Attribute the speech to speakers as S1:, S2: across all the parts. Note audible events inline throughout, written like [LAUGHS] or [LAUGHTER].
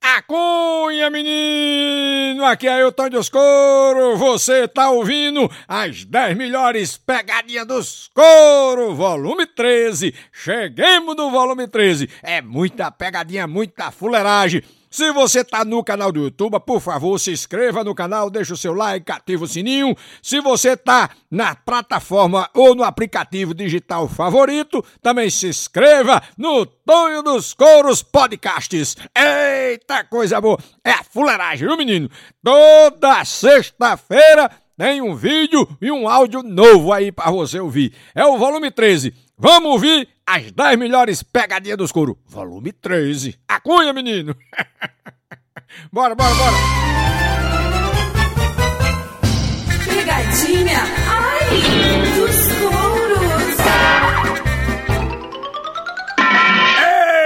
S1: da Cunha, menino! Aqui é Ailton dos Couro, você tá ouvindo as 10 melhores pegadinhas dos couro, volume 13. Cheguemos no volume 13. É muita pegadinha, muita fuleiragem. Se você tá no canal do YouTube, por favor, se inscreva no canal, deixa o seu like, ativa o sininho. Se você tá na plataforma ou no aplicativo digital favorito, também se inscreva no Tonho dos Couros Podcasts. Eita coisa boa! É a fuleiragem, viu, menino? Toda sexta-feira tem um vídeo e um áudio novo aí para você ouvir. É o volume 13. Vamos ouvir as 10 melhores pegadinhas dos couro. Volume 13. A cunha, menino. [LAUGHS] bora, bora, bora.
S2: Pegadinha, ai, dos couros.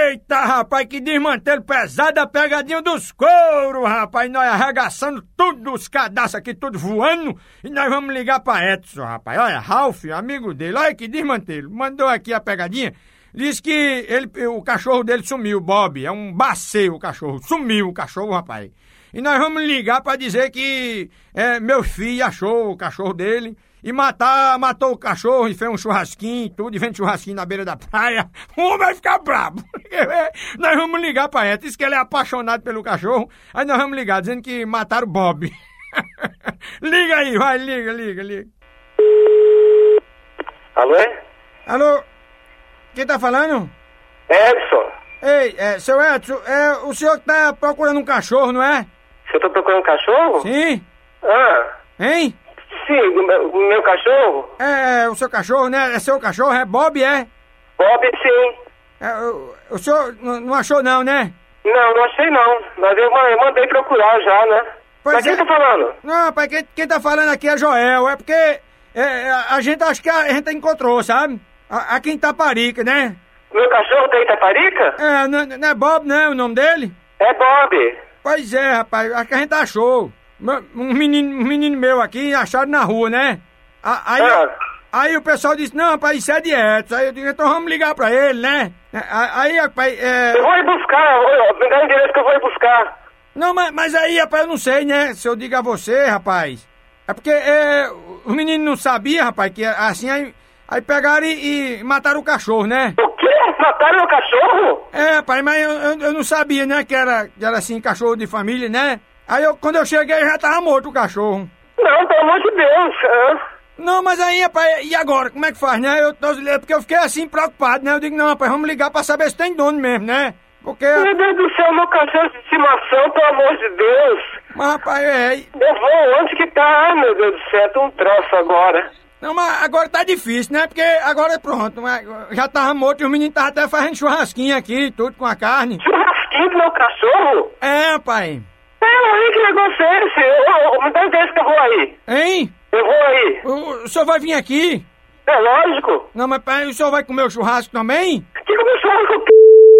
S3: Eita, rapaz, que desmantelo pesado a pegadinha dos couro, rapaz. Nós arregaçando tudo, os cadastros aqui, tudo voando. E nós vamos ligar pra Edson, rapaz. Olha, Ralph, amigo dele, olha que desmantelo. Mandou aqui a pegadinha. Diz que ele, o cachorro dele sumiu, Bob. É um baceio o cachorro. Sumiu o cachorro, rapaz. E nós vamos ligar pra dizer que é, meu filho achou o cachorro dele. E matar, matou o cachorro e fez um churrasquinho e tudo, e vende churrasquinho na beira da praia. [LAUGHS] O homem vai ficar brabo. [LAUGHS] nós vamos ligar pra ela. Diz que ele é apaixonado pelo cachorro. Aí nós vamos ligar, dizendo que mataram o Bob. [LAUGHS] liga aí, vai, liga, liga, liga.
S4: Alô?
S3: Alô? Quem tá falando?
S4: Edson,
S3: Ei, é, seu Edson, é o senhor que tá procurando um cachorro, não é?
S4: se eu tô procurando um cachorro?
S3: Sim?
S4: Ah,
S3: Hein?
S4: sim, o meu, o meu cachorro?
S3: É, o seu cachorro, né? É seu cachorro, é Bob, é?
S4: Bob, sim.
S3: É, o, o senhor n- não achou não, né?
S4: Não, não achei não. Mas eu, ma- eu mandei procurar já, né?
S3: Pois
S4: Mas
S3: é.
S4: quem tá falando?
S3: Não, rapaz, quem, quem tá falando aqui é Joel, é porque é, é, a gente acho que a, a gente encontrou, sabe? A- Aqui em Taparica, né?
S4: Meu cachorro tem Itaparica?
S3: É, não, não é Bob, né? O nome dele?
S4: É Bob.
S3: Pois é, rapaz, acho que a gente achou. Ma- Um menino, um menino meu aqui, acharam na rua, né? A- Aí,
S4: Ah.
S3: aí o pessoal disse, não, rapaz, isso é de Edson. Aí eu disse, então vamos ligar pra ele, né? É, a- Aí, rapaz, é...
S4: Eu vou ir buscar, eu, eu, me dá o endereço que eu vou ir buscar.
S3: Não, mas, mas aí, rapaz, eu não sei, né? Se eu digo a você, rapaz. É porque é, o menino não sabia, rapaz, que assim aí, aí pegaram e, e mataram o cachorro, né?
S4: O quê? Mataram meu cachorro?
S3: É, rapaz, mas eu, eu, eu não sabia, né? Que era, que era assim, cachorro de família, né? Aí eu, quando eu cheguei já tava morto o cachorro.
S4: Não, pelo amor de Deus. Ah,
S3: Não, mas aí, rapaz, e agora? Como é que faz, né? Eu tô, é porque eu fiquei assim preocupado, né? Eu digo, não, rapaz, vamos ligar pra saber se tem dono mesmo, né? Porque.
S4: Meu Deus do céu, meu cachorro de estimação, pelo amor de Deus.
S3: Mas, rapaz, é. e-
S4: Eu vou, onde que tá? Ai, meu Deus do céu, tô um troço agora.
S3: Não, mas agora tá difícil, né? Porque agora pronto, mas já tava morto e os meninos estavam até fazendo churrasquinho aqui e tudo com a carne.
S4: Churrasquinho pro meu cachorro?
S3: É, pai.
S4: Pera aí, que negócio é esse? Eu, eu, me dá o endereço que eu vou aí.
S3: Hein?
S4: Eu vou aí.
S3: O, o senhor vai vir aqui?
S4: É lógico.
S3: Não, mas pai, o senhor vai comer o churrasco também?
S4: Que comer churrasco, p...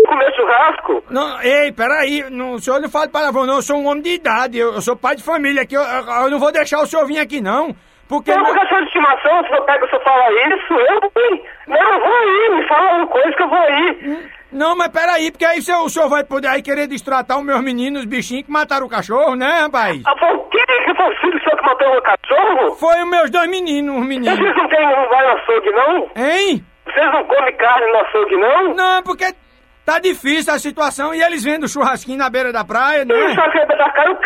S4: comer churrasco?
S3: Não, ei, peraí, não, o senhor não fala palavrão, não, eu sou um homem de idade, eu, eu sou pai de família aqui, eu, eu- eu não vou deixar o senhor vir aqui não, porque...
S4: Eu não
S3: não-
S4: cachorro de estimação, se eu pego, se eu falar isso, eu vou aí. Não, eu vou aí, me fala uma coisa que eu vou aí.
S3: Não, mas peraí, porque aí o senhor, o senhor vai poder aí querer destratar os meus meninos, os bichinhos que mataram o cachorro, né, rapaz?
S4: Ah, foi o quê? Que foi o filho seu que matou meu cachorro?
S3: Foi os meus dois meninos, os meninos.
S4: Vocês não tem, não vai no açougue, não?
S3: Hein?
S4: Vocês não comem carne no açougue, não?
S3: Não, porque tá difícil a situação e eles vendem churrasquinho na beira da praia,
S4: Eu
S3: né?
S4: só quero dar é cara o c...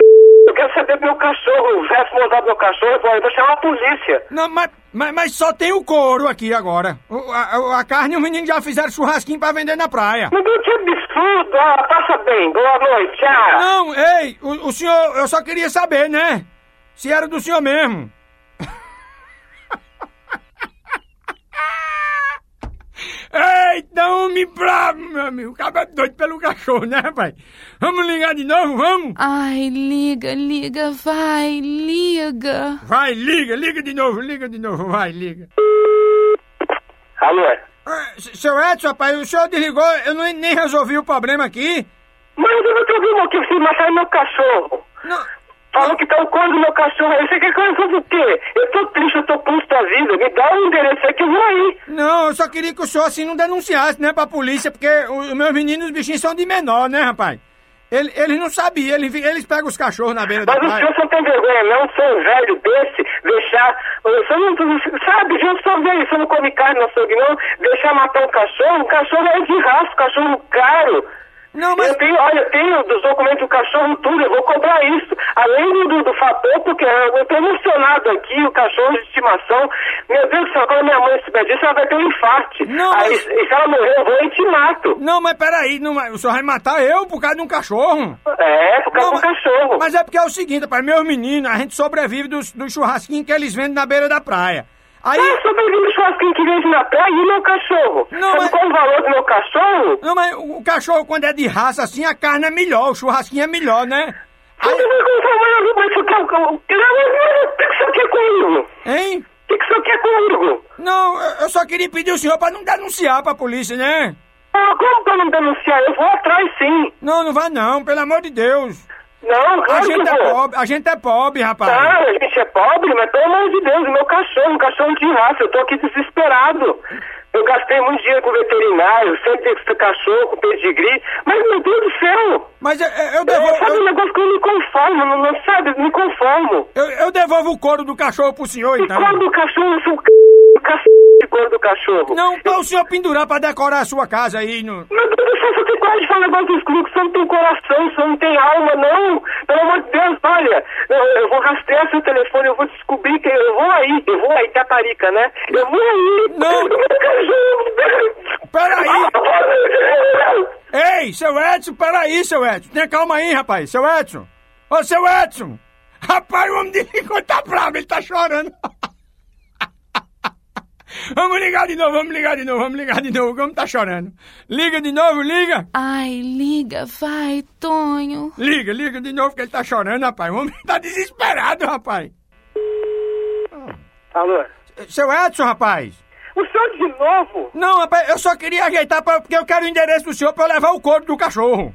S4: Eu quero saber do meu cachorro, o verso mandado do meu cachorro, eu vou- eu vou chamar a polícia.
S3: Não, mas, mas, mas só tem o couro aqui agora. O- a, a- a carne e o menino já fizeram churrasquinho pra vender na praia.
S4: Meu Deus, que absurdo! Ah, passa bem, boa noite, tchau!
S3: Não, ei, o, o senhor, eu só queria saber, né? Se era do senhor mesmo. Eita, homem bravo, um meu amigo. O cara é doido pelo cachorro, né, rapaz? Vamos ligar de novo, vamos?
S2: Ai, liga, liga, vai, liga.
S3: Vai, liga, liga de novo, liga de novo, vai, liga.
S4: Alô? é?
S3: Ah, s- Seu Edson, rapaz, o senhor desligou, eu não- nem resolvi o problema aqui.
S4: Mas eu não um tô ouvindo aqui, vocês mataram meu cachorro!
S3: Não,
S4: Falam que tá o corno do meu cachorro aí, você quer que eu faça o quê? Eu tô triste, eu tô puto da vida, me dá um endereço aí que eu vou aí!
S3: não, eu só queria que o senhor assim não denunciasse, né, pra polícia, porque o- os meus meninos, os bichinhos são de menor, né, rapaz? E- Ele, eles não sabiam, eles, eles pegam os cachorros na beira
S4: Mas
S3: da
S4: o
S3: praia.
S4: senhor só tem vergonha, não, seu velho desse, deixar. O senhor não. Sabe, gente, só vê isso, não come carne no açougue, não. Deixar matar um cachorro, o cachorro é de raça, cachorro é caro.
S3: Não, mas.
S4: Eu tenho, olha, eu tenho dos documentos do cachorro tudo, eu vou cobrar isso. Além do- do, do fator, porque eu estou emocionado aqui, o cachorro de estimação. Meu Deus do céu, quando minha mãe souber disso, ela vai ter um infarto.
S3: Não,
S4: Aí,
S3: mas-
S4: se ela morrer, eu vou e te mato.
S3: Não, mas peraí, não, vai- o senhor vai matar eu por causa de um cachorro?
S4: É, por causa
S3: Não,
S4: do cachorro.
S3: Mas é porque é o seguinte, rapaz, meus meninos, a gente sobrevive dos, dos churrasquinhos que eles vendem na beira da praia. Aí.
S4: Ah, sou bem-vindo churrasquinho que vende na praia e meu cachorro.
S3: Não,
S4: Sabe
S3: mas-
S4: qual é o valor do meu cachorro?
S3: Não, mas o cachorro, quando é de raça assim, a carne é melhor, o churrasquinho é melhor, né?
S4: Você
S3: Aí,
S4: vai comprar uma luva, mas é o que eu- eu- eu- eu- o que que você quer comigo?
S3: hein?
S4: O que que você quer comigo?
S3: Não, eu eu só queria pedir o senhor pra não denunciar pra polícia, né?
S4: Ah, como que eu não denunciar? Eu vou atrás sim.
S3: Não, não vai não, pelo amor de Deus.
S4: Não,
S3: A
S4: claro que
S3: gente
S4: eu
S3: é
S4: vou.
S3: pobre, a gente é pobre, rapaz.
S4: Claro, a gente é pobre, mas pelo amor de Deus, o meu cachorro, um cachorro de raça, eu tô aqui desesperado. Eu gastei muito dinheiro com veterinário, sempre tem que ser cachorro, com pedigree, mas meu Deus do céu!
S3: Mas eu, eu- eu
S4: Eu vou fazer um
S3: devolvo,
S4: negócio que eu me conformo, não, não sabe, me conformo.
S3: eu, eu devolvo o couro do cachorro pro senhor,
S4: Que
S3: então.
S4: cor do cachorro, seu c... cacete de cor do cachorro.
S3: Não, pra o senhor pendurar pra decorar a sua casa aí. No...
S4: Meu Deus do céu, você tem coragem de falar um negócio escuro, que você não tem coração, você não tem alma, não. Pelo amor de Deus, olha, eu, eu vou rastrear seu telefone, eu vou descobrir que eu vou aí, eu vou aí, Caparica, né? Eu vou aí.
S3: Não.
S4: [LAUGHS]
S3: Peraí.
S4: Peraí.
S3: Ei, seu Edson, peraí, seu Edson. Tenha calma aí, rapaz. Seu Edson. Ô, seu Edson. Rapaz, o homem de Lincoln tá bravo, ele tá chorando. [LAUGHS] vamos ligar de novo, vamos ligar de novo, vamos ligar de novo. O homem tá chorando. Liga de novo, liga.
S2: Ai, liga, vai, Tonho.
S3: Liga, liga de novo que ele tá chorando, rapaz. O homem tá desesperado, rapaz.
S4: Alô?
S3: Seu Edson, rapaz.
S4: O senhor de novo?
S3: Não, rapaz, eu só queria ajeitar pra, porque eu quero o endereço do senhor pra eu levar o couro do cachorro.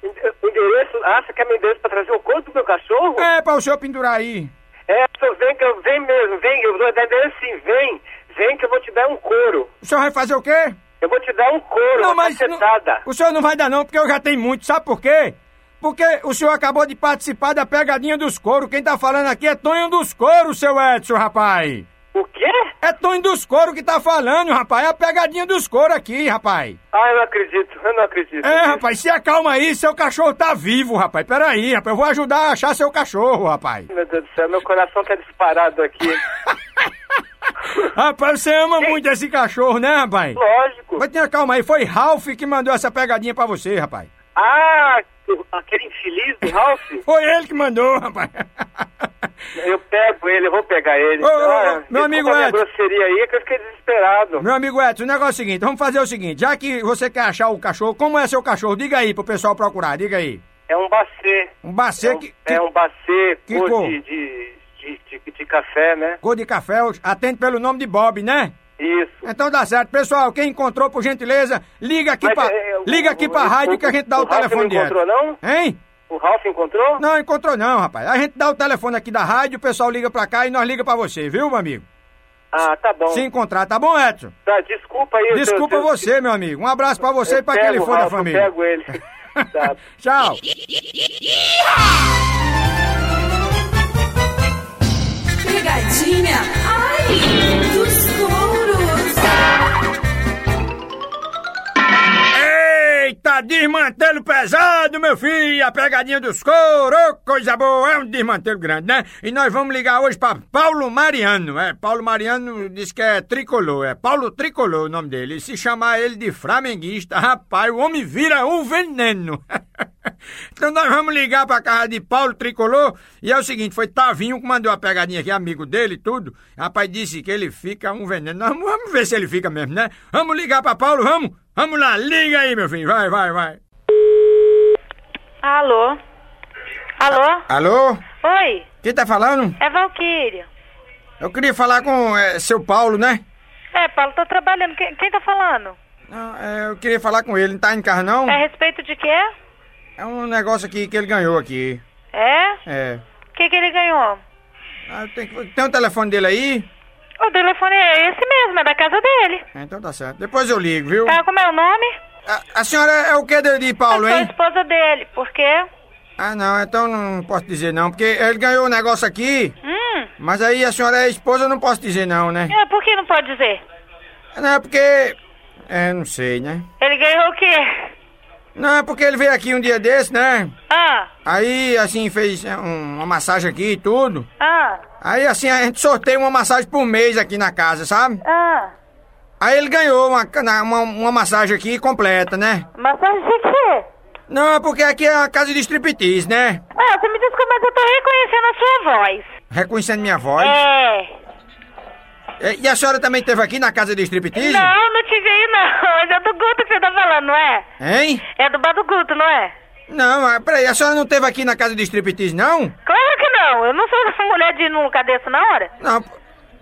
S4: O endereço? Ah, você quer meu endereço pra trazer o corpo do meu cachorro?
S3: É, pra o senhor pendurar aí.
S4: É, senhor, vem que eu vem mesmo, vem, eu vou dar endereço sim, vem, vem que eu vou te dar um couro.
S3: O senhor vai fazer o quê?
S4: Eu vou te dar um couro,
S3: Não,
S4: uma
S3: mas. não-
S4: cacetada.
S3: o senhor não vai dar, não, porque eu já tenho muito. Sabe por quê? Porque o senhor acabou de participar da pegadinha dos couro. Quem tá falando aqui é Tonho dos Couro, seu Edson, rapaz.
S4: O quê?
S3: É Tonho dos Couro que tá falando, rapaz. É a pegadinha dos couro aqui, rapaz.
S4: Ah, eu não acredito, eu não acredito.
S3: É, rapaz, se acalma aí, seu cachorro tá vivo, rapaz. Peraí, rapaz, eu vou ajudar a achar seu cachorro, rapaz.
S4: Meu Deus do céu, meu coração tá disparado aqui.
S3: Rapaz, você ama muito esse cachorro, né, rapaz?
S4: Lógico.
S3: Mas tenha calma aí, foi Ralph que mandou essa pegadinha pra você, rapaz.
S4: Ah, o- aquele infeliz do Ralph,
S3: [LAUGHS] Foi ele que mandou, rapaz.
S4: eu pego ele, eu vou pegar ele.
S3: Ô, ô, ô,
S4: Ah,
S3: meu
S4: desculpa
S3: amigo
S4: a minha
S3: Ed.
S4: grosseria aí que eu fiquei desesperado.
S3: Meu amigo Edson, o negócio é o seguinte, vamos fazer o seguinte, já que você quer achar o cachorro, como é seu cachorro? Diga aí pro pessoal procurar, diga aí.
S4: É um bacê.
S3: Um
S4: É
S3: bacê
S4: um,
S3: que, que
S4: é um bacê
S3: que
S4: cor
S3: cor?
S4: de, de, de, de- de café, né?
S3: cor de café, atende pelo nome de Bob, né?
S4: Isso.
S3: Então dá certo. Pessoal, quem encontrou, por gentileza, liga aqui
S4: Mas,
S3: pra,
S4: é, o-
S3: liga aqui
S4: o-
S3: pra
S4: o-
S3: rádio que a gente dá o,
S4: o Ralph
S3: telefone
S4: não encontrou,
S3: direto.
S4: não?
S3: Hein?
S4: O Ralph encontrou?
S3: Não encontrou não, rapaz. A gente dá o telefone aqui da rádio, o pessoal liga pra cá e nós liga pra você, viu, meu amigo?
S4: Ah, tá bom.
S3: Se encontrar, tá bom, Edson?
S4: Tá, desculpa aí. eu-
S3: Desculpa
S4: eu- eu-
S3: você, meu amigo. Um abraço pra você e
S4: Eu
S3: pra
S4: pego
S3: aquele
S4: o
S3: fã da
S4: Ralph, eu
S3: família. [LAUGHS]
S4: pego ele. tá.
S3: Tchau.
S2: Pegadinha, ai, dos touros.
S3: Eita, desmantelo pesado, meu filho! A pegadinha dos couro, ô, coisa boa! É um desmantelo grande, né? E nós vamos ligar hoje pra Paulo Mariano. É, Paulo Mariano diz que é tricolor, é Paulo Tricolor o nome dele. E se chamar ele de flamenguista, rapaz, o homem vira um veneno. [LAUGHS] então nós vamos ligar pra casa de Paulo Tricolor. E é o seguinte, foi Tavinho que mandou a pegadinha aqui, amigo dele e tudo. Rapaz, disse que ele fica um veneno. Nós vamos ver se ele fica mesmo, né? Vamos ligar pra Paulo, vamos? Vamos lá, liga aí, meu filho. Vai, vai, vai.
S5: Alô? Alô?
S3: Alô?
S5: Oi,
S3: Quem tá falando?
S5: é Valquíria.
S3: Eu queria falar com eh, seu Paulo, né?
S5: É, Paulo, tô trabalhando. Quem, quem tá falando?
S3: Não, eh, eu queria falar com ele. Não tá em casa, não?
S5: É a respeito de quê?
S3: É um negócio aqui que ele ganhou aqui.
S5: É?
S3: É.
S5: O que, que ele ganhou?
S3: Ah, tem, que- tem o telefone dele aí?
S5: O telefone é esse mesmo, é da casa dele.
S3: É, Então tá certo. Depois eu ligo, viu?
S5: Tá, como é o nome?
S3: A, a senhora é o que de, de Paulo,
S5: eu sou a
S3: hein?
S5: esposa dele, por quê?
S3: Ah, não, então não posso dizer não, porque ele ganhou um negócio aqui,
S5: Hum,
S3: mas aí a senhora é esposa, eu não posso dizer não, né?
S5: é, por que não pode dizer?
S3: Não, é porque... É, não sei, né?
S5: Ele ganhou o quê?
S3: Não, é porque ele veio aqui um dia desse, né?
S5: Ah,
S3: Aí, assim, fez é, um- uma massagem aqui e tudo.
S5: ah,
S3: Aí, assim, a gente sorteia uma massagem por mês aqui na casa, sabe?
S5: ah.
S3: Aí ele ganhou uma, na- uma, uma massagem aqui completa, né?
S5: Massagem de quê?
S3: Não, é porque aqui é uma casa de striptease, né?
S5: Ah, você me desculpa, mas eu tô reconhecendo a sua voz.
S3: Reconhecendo minha voz. É,
S5: É.
S3: E- E a senhora também esteve aqui na casa de striptease?
S5: Não, não tive aí não. [LAUGHS] Mas é do Guto que você tá falando, não é?
S3: Hein?
S5: É do bar do Guto, não é?
S3: Não, mas peraí, a senhora não esteve aqui na casa de striptease, não?
S5: Claro que não. Eu não sou [LAUGHS] essa mulher de ir num lugar desse na hora.
S3: Não, p-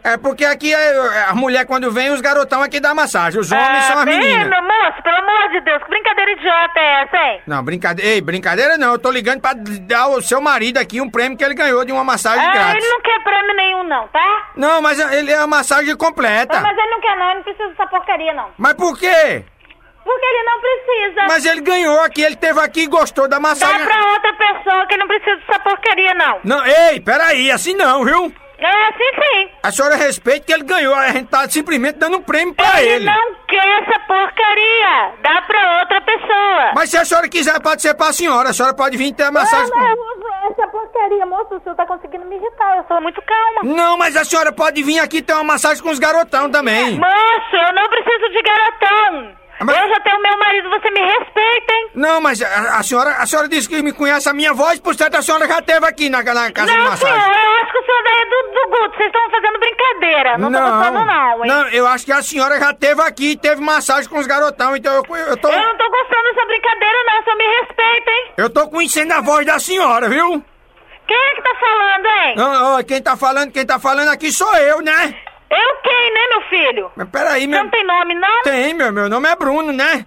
S3: é porque aqui é, é, a mulher quando vem, os garotão aqui dá massagem, os homens são as
S5: Ah, bem,
S3: meninas.
S5: meu moço, pelo amor de Deus, que brincadeira idiota é essa, hein?
S3: Não, brincadeira, ei, brincadeira não, eu tô ligando pra d- dar ao seu marido aqui um prêmio que ele ganhou Tá de uma massagem
S5: Ah,
S3: grátis.
S5: ele não quer prêmio nenhum, não, tá?
S3: Não, mas ele é tá. uma massagem completa.
S5: Ah, Mas ele não quer, não. Ele não precisa dessa porcaria, não.
S3: Mas por quê?
S5: Porque ele não precisa.
S3: Mas ele ganhou aqui, ele teve aqui e gostou da
S5: Dá
S3: massagem.
S5: pra outra pessoa que ele não precisa dessa porcaria, não.
S3: Não, ei, peraí, assim não, viu?
S5: É assim sim.
S3: A senhora respeita que ele ganhou, a gente tá simplesmente dando um prêmio pra
S5: ele,
S3: ele.
S5: não quer essa porcaria. Dá pra outra pessoa. Ah,
S3: Mas se a senhora quiser, pode ser pra senhora, a senhora pode vir ter a massagem. com-
S5: é, essa porcaria, moço, o senhor tá conseguindo me irritar. Eu sou muito calma.
S3: Não, mas a senhora pode vir aqui ter uma massagem com os garotão também.
S5: É,
S3: Ah,
S5: Moço, eu não preciso de garotão.
S3: Mas-
S5: Eu já tenho meu marido, você me respeita, hein?
S3: Não, mas a, a senhora, a senhora disse que me conhece a minha voz, por certo a senhora já esteve aqui na, na casa de
S5: não, senhor,
S3: massagem.
S5: eu acho que o senhor é do, do Guto. Vocês estão fazendo brincadeira. Não, tô gostando, não, hein?
S3: Não, eu acho que a senhora já esteve aqui e teve massagem com os garotão, então eu, eu tô.
S5: Eu não tô gostando dessa brincadeira, não. O senhor me respeita, hein?
S3: Eu tô conhecendo a voz da senhora, viu?
S5: Quem é que tá falando, hein?
S3: Não, ó, quem tá falando, quem tá falando aqui sou eu, né?
S5: Eu quem, né, meu filho?
S3: Mas peraí,
S5: Você
S3: meu.
S5: não tem nome, não?
S3: Tem, meu, meu nome é Bruno, né?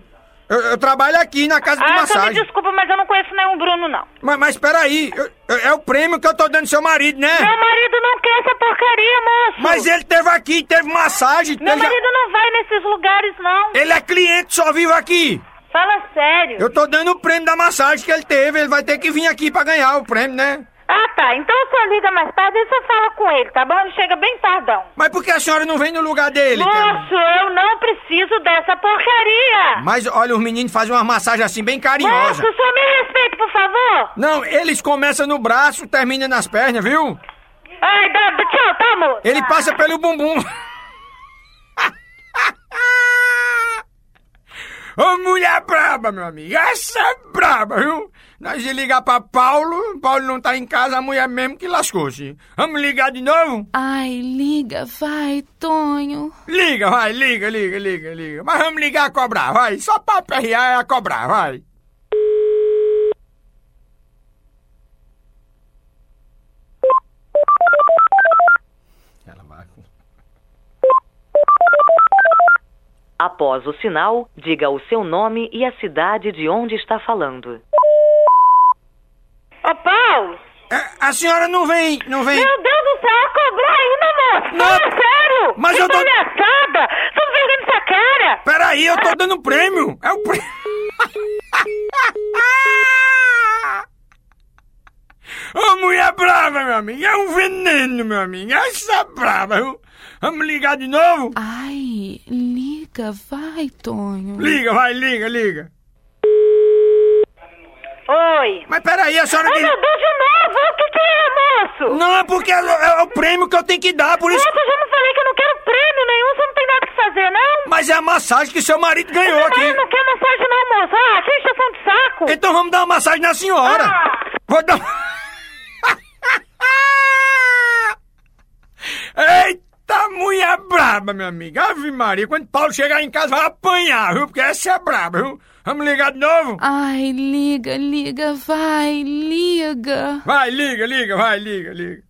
S3: Eu, eu trabalho aqui na casa de
S5: Ah, senhor, me
S3: massagem.
S5: desculpa, mas eu não conheço nenhum Bruno, não.
S3: Mas, mas peraí, eu- eu- é o prêmio que eu tô dando ao seu marido, né?
S5: Meu marido não quer essa porcaria, moço.
S3: Mas ele teve aqui, teve massagem.
S5: Meu
S3: teve-
S5: marido não vai nesses lugares, não.
S3: Ele é cliente, só vive aqui.
S5: Fala sério.
S3: Eu tô dando o prêmio da massagem que ele teve. Ele vai ter que vir aqui pra ganhar o prêmio, né?
S5: Ah, tá. Então o senhor liga mais tarde e você fala com ele, tá bom? Ele chega bem tardão.
S3: Mas por que a senhora não vem no lugar dele? cara?
S5: Moço, eu não preciso dessa porcaria.
S3: Mas olha, os meninos fazem uma massagem assim bem carinhosa.
S5: Moço, o senhor me respeita, por favor.
S3: Não, eles começam no braço, terminam nas pernas, viu?
S5: Ai, dá, dá- tchau, tá, moço?
S3: Ele passa pelo bumbum. [LAUGHS] Ô, mulher braba, meu amigo. Essa é braba, viu? Nós de ligar pra Paulo. Paulo não tá em casa, a mulher mesmo que lascou-se. Vamos ligar de novo?
S2: Ai, liga, vai, Tonho.
S3: Liga, vai, liga, liga, liga, liga. Mas vamos ligar a cobrar, vai. Só pra aperrear é a cobrar, vai. Ela marca.
S6: Após o sinal, diga o seu nome e a cidade de onde está falando.
S5: Ô, Paulo.
S3: É, A senhora não vem, não vem.
S5: Meu Deus do céu, eu cobrar ainda, moço.
S3: Não.
S5: Fala sério.
S3: Mas
S5: Você
S3: eu tô-
S5: tá ameaçada. Você não vergonha essa cara.
S3: Peraí, eu tô dando prêmio. É o prêmio. Ah! Ô, mulher brava, meu amigo. É um veneno, meu amigo. Essa é brava, viu? Vamos ligar de novo?
S2: Ai, liga, vai, Tonho.
S3: Liga, vai, liga, liga.
S5: Oi.
S3: Mas peraí, a senhora...
S5: Ai, meu
S3: diz-
S5: Deus, de novo. O que que é, moço?
S3: Não, é porque é, é o prêmio que eu tenho que dar, por isso...
S5: Moço, eu já não falei que eu não quero prêmio nenhum. Você não tem nada que fazer, não?
S3: Mas é a massagem que seu marido ganhou
S5: Mas eu
S3: aqui.
S5: não quer massagem não, moço. Ah, que encheção de saco.
S3: Então vamos dar uma massagem na senhora.
S5: Ah,
S3: Vou dar. Ah! Eita, mulher braba, minha amiga. Ave Maria, quando Paulo chegar em casa vai apanhar, viu? Porque essa é braba, viu? Vamos ligar de novo?
S2: Ai, liga, liga, vai, liga.
S3: Vai, liga, liga, vai, liga, liga.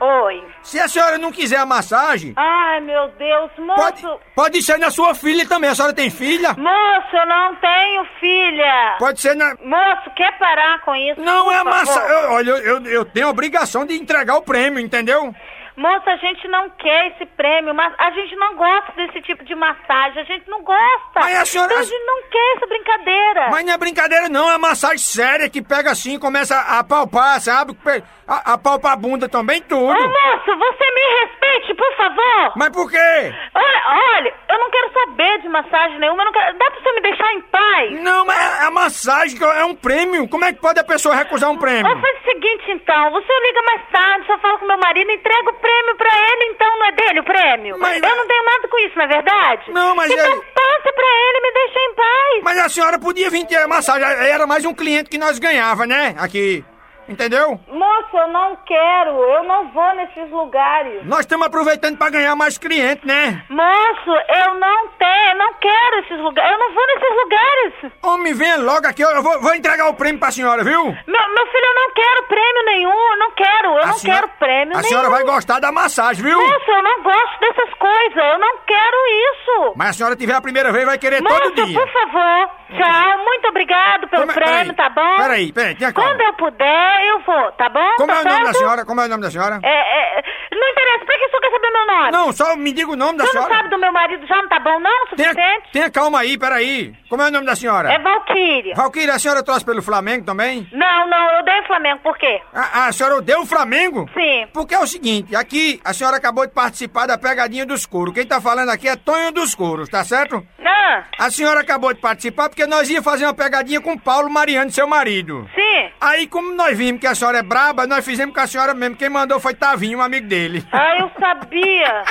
S5: Oi.
S3: Se a senhora não quiser a massagem,
S5: Ai, meu Deus,
S3: pode,
S5: moço.
S3: pode ser na sua filha também. A senhora tem filha?
S5: Moço, eu não tenho filha.
S3: Pode ser na.
S5: Moço, quer parar com isso?
S3: Não
S5: por
S3: é
S5: favor?
S3: massagem. Olha, eu, eu, eu tenho a obrigação de entregar o prêmio, entendeu?
S5: Moça, a gente não quer esse prêmio, mas a gente não gosta desse tipo de massagem, a gente não gosta.
S3: Mas a senhora-
S5: Então a gente não quer essa brincadeira.
S3: Mas não é brincadeira, não. É massagem séria que pega assim e começa a palpar, sabe? Pe- A, a palpar a bunda também, tudo.
S5: Ô, moço, você me respeite, por favor.
S3: Mas por quê?
S5: Olha, olha, eu não quero saber de massagem nenhuma, eu não quero... dá pra você me deixar em paz?
S3: Não, mas é- é massagem, que é um prêmio. Como é que pode a pessoa recusar um prêmio?
S5: Ó, faz o seguinte então, você liga mais tarde, só fala com meu marido, entrega o prêmio pra ele, então não é dele o prêmio?
S3: Mas-
S5: Eu não tenho nada com isso, não é verdade?
S3: Não, mas
S5: Então
S3: ele-
S5: passa pra ele, me deixa em paz.
S3: Mas a senhora podia vir ter massagem. Era mais um cliente que nós ganhava, né? Aqui. Entendeu?
S5: Moço, eu não quero, eu não vou nesses lugares.
S3: Nós estamos aproveitando pra ganhar mais cliente, né?
S5: Moço, eu não tenho, não quero esses lugares, eu não vou nesses lugares.
S3: Homem, venha logo aqui, eu vou, vou entregar o prêmio pra senhora, viu?
S5: Meu, meu filho, eu não quero prêmio nenhum, eu não quero, eu
S3: A
S5: não
S3: senhora-
S5: quero prêmio
S3: A
S5: nenhum.
S3: senhora vai gostar da massagem, viu?
S5: Moço, eu não gosto dessas coisas, eu não quero isso.
S3: Mas a senhora tiver a primeira vez, vai querer
S5: Moço,
S3: todo dia. é
S5: por favor, tchau, muito obrigado pelo
S3: Como é- peraí,
S5: prêmio, tá bom?
S3: Peraí, peraí, tenha calma.
S5: Quando eu puder, eu vou, tá bom?
S3: Como
S5: Tá
S3: é o nome da
S5: certo?
S3: senhora? Como é o nome da senhora?
S5: É, é, não interessa, pra que o senhor quer saber meu nome?
S3: Não, só me diga o nome da
S5: Você não
S3: senhora.
S5: sabe do meu marido já, não tá bom não, o
S3: Tenha,
S5: suficiente?
S3: tenha calma aí, peraí. Como é o nome da senhora?
S5: É Valquíria.
S3: Valquíria, a senhora torce pelo Flamengo também?
S5: Não, não, eu dei o Flamengo, por quê?
S3: A, a senhora odeia o Flamengo?
S5: Sim.
S3: Porque é o seguinte, aqui a senhora acabou de participar da pegadinha dos couros. Quem tá falando aqui é Tonho dos Couros, tá certo?
S5: Ah,
S3: A senhora acabou de participar porque nós ia fazer uma pegadinha com Paulo Mariano, seu marido.
S5: sim.
S3: Aí, como nós vimos que a senhora é braba, nós fizemos com a senhora mesmo. Quem mandou foi Tavinho, um amigo dele.
S5: Ah, eu
S3: [LAUGHS]
S5: sabia.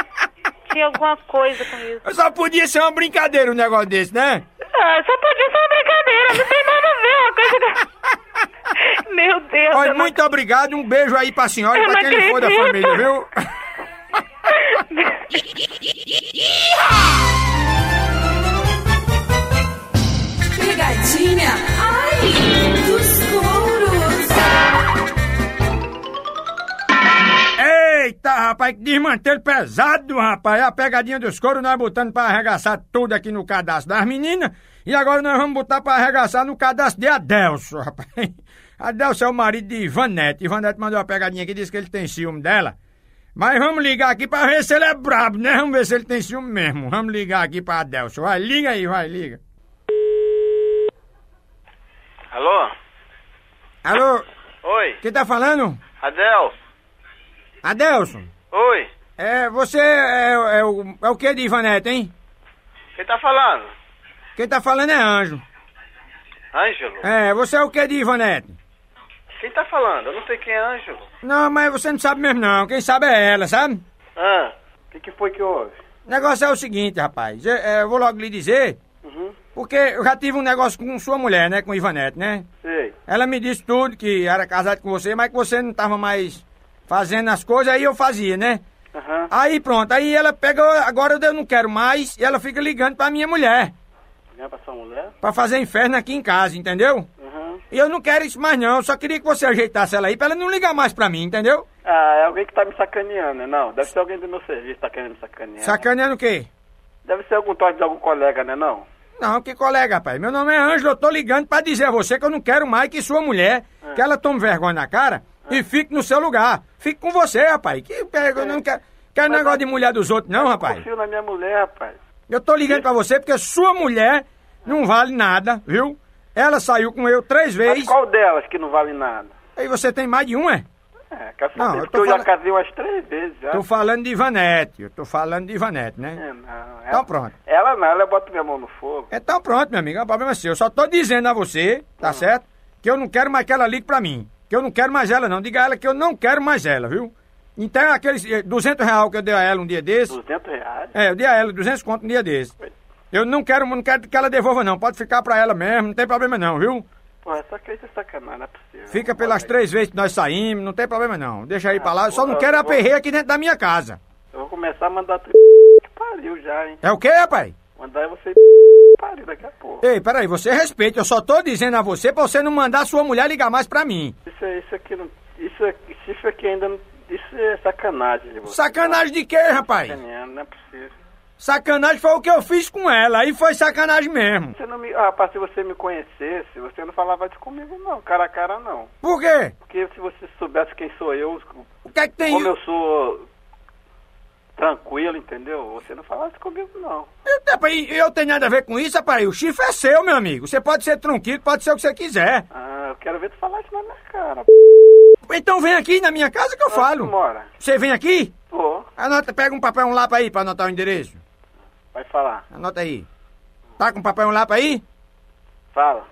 S5: Tinha alguma coisa com isso.
S3: Só podia ser uma brincadeira um negócio desse, né?
S5: Ah, só podia ser uma brincadeira, não tem nada a ver, uma coisa
S3: [LAUGHS]
S5: que... Meu Deus,
S3: Olha,
S5: eu não
S3: muito obrigado, um beijo aí pra senhora e
S5: Eu
S3: pra
S5: não
S3: quem ele for da
S5: acredito.
S3: família, viu?
S7: Pegadinha, ai, dos couros.
S3: Eita, rapaz, que desmantelho pesado, rapaz. É A pegadinha dos couro nós botando pra arregaçar tudo aqui no cadastro das meninas. E agora nós vamos botar pra arregaçar no cadastro de Adelso, rapaz. [LAUGHS] Adelso é o marido de Ivanete. Ivanete mandou uma pegadinha aqui, disse que ele tem ciúme dela. Mas vamos ligar aqui pra ver se ele é brabo, né? Vamos ver se ele tem ciúme mesmo. Vamos ligar aqui pra Adelso. Vai, liga aí, vai, liga.
S8: Alô?
S3: Alô,
S8: Oi?
S3: quem tá falando?
S8: Adel?
S3: Adelso.
S8: Oi?
S3: É, você é, é o, é o que de Ivanete, hein?
S8: Quem tá falando?
S3: Quem tá falando é Anjo.
S8: Ângelo?
S3: É, você é o que de Ivanete?
S8: Quem tá falando? Eu não sei quem é Ângelo.
S3: Não, mas você não sabe mesmo não. Quem sabe é ela, sabe?
S8: Ah, o que, que foi que houve?
S3: O negócio é o seguinte, rapaz. Eu, é, eu vou logo lhe dizer,
S8: Uhum,
S3: porque eu já tive um negócio com sua mulher, né? Com Ivanete, né?
S8: sei.
S3: Ela me disse tudo, que era casado com você, mas que você não tava mais fazendo as coisas, aí eu fazia, né?
S8: Aham,
S3: Aí pronto, aí ela pega, agora eu não quero mais, e ela fica ligando pra minha mulher,
S8: vem pra sua mulher?
S3: pra fazer inferno aqui em casa, entendeu?
S8: Uhum.
S3: E eu não quero isso mais não, eu só queria que você ajeitasse ela aí pra ela não ligar mais pra mim, entendeu?
S8: Ah, é alguém que tá me sacaneando, né? não? Deve ser alguém do meu serviço que tá querendo me sacanear.
S3: Sacaneando o quê?
S8: Deve ser algum toque de algum colega, né não?
S3: Não, que colega, rapaz. Meu nome é Ângelo, eu tô ligando pra dizer a você que eu não quero mais que sua mulher,
S8: É.
S3: que ela tome vergonha na cara e fique no seu lugar. Fique com você, rapaz. Que pega, eu
S8: É.
S3: não quero, quero negócio de mulher dos outros, não, rapaz.
S8: Confio na é minha mulher, rapaz.
S3: Eu tô ligando pra você porque sua mulher não vale nada, viu? Ela saiu com eu três
S8: Mas
S3: vezes.
S8: qual delas que não vale nada?
S3: Aí você tem mais de um, é?
S8: É, quer saber?
S3: Não, eu tô
S8: porque eu já
S3: falando-
S8: casei umas três vezes já.
S3: Tô falando de Ivanete, eu tô falando de Ivanete, né?
S8: É, não, ela,
S3: Então pronto.
S8: Ela não, ela bota minha mão no fogo.
S3: Então pronto, meu amigo, o problema é seu. Eu só tô dizendo a você,
S8: Ah.
S3: tá certo? Que eu não quero mais que ela ligue pra mim. Que eu não quero mais ela, não. Diga a ela que eu não quero mais ela, viu? Então, aqueles eh, 200 reais que eu dei a ela um dia desse...
S8: 200 reais?
S3: É, eu dei a ela 200 conto um dia desse. Eu não quero, não quero que ela devolva, não. Pode ficar pra ela mesmo, não tem problema não, viu?
S8: Pô, essa crente é sacanagem, não é possível.
S3: Fica pelas
S8: Olha aí. Ah,
S3: três vezes que nós saímos, não tem problema não. Deixa aí pra lá. Eu só não
S8: boa,
S3: quero
S8: boa.
S3: aperreio aqui dentro da minha casa.
S8: Eu vou começar a mandar tu [LAUGHS] que pariu já, hein?
S3: É o quê, rapaz?
S8: Mandar você pariu daqui a pouco.
S3: Ei, peraí, você respeita. Eu só tô dizendo a você pra você não mandar sua mulher ligar mais pra mim.
S8: Isso, é- isso aqui não. Isso, é- isso aqui ainda não. Isso é sacanagem de você.
S3: Sacanagem de quê, rapaz?
S8: Sacaneando, Não é possível.
S3: Sacanagem foi o que eu fiz com ela. Aí foi sacanagem mesmo.
S8: Você não me. Ah, rapaz, se você me conhecesse, você não falava isso comigo, não. Cara a cara, não.
S3: Por quê?
S8: Porque se você soubesse quem sou eu,
S3: O que é que tem.
S8: como eu sou tranquilo, entendeu? Você não fala isso comigo, não.
S3: Eu, rapaz, e eu tenho nada a ver com isso, rapaz. O chifre é seu, meu amigo. Você pode ser tronquito, pode ser o que você quiser.
S8: Ah, eu quero ver tu falar isso na minha cara.
S3: Então vem aqui na minha casa que eu
S8: Tu
S3: falo.
S8: mora?
S3: Você vem aqui?
S8: Pô,
S3: Anota, pega um papel e um lápis aí pra anotar o endereço.
S8: vai falar.
S3: Anota aí. Tá com papel e um lápis aí?
S8: Fala.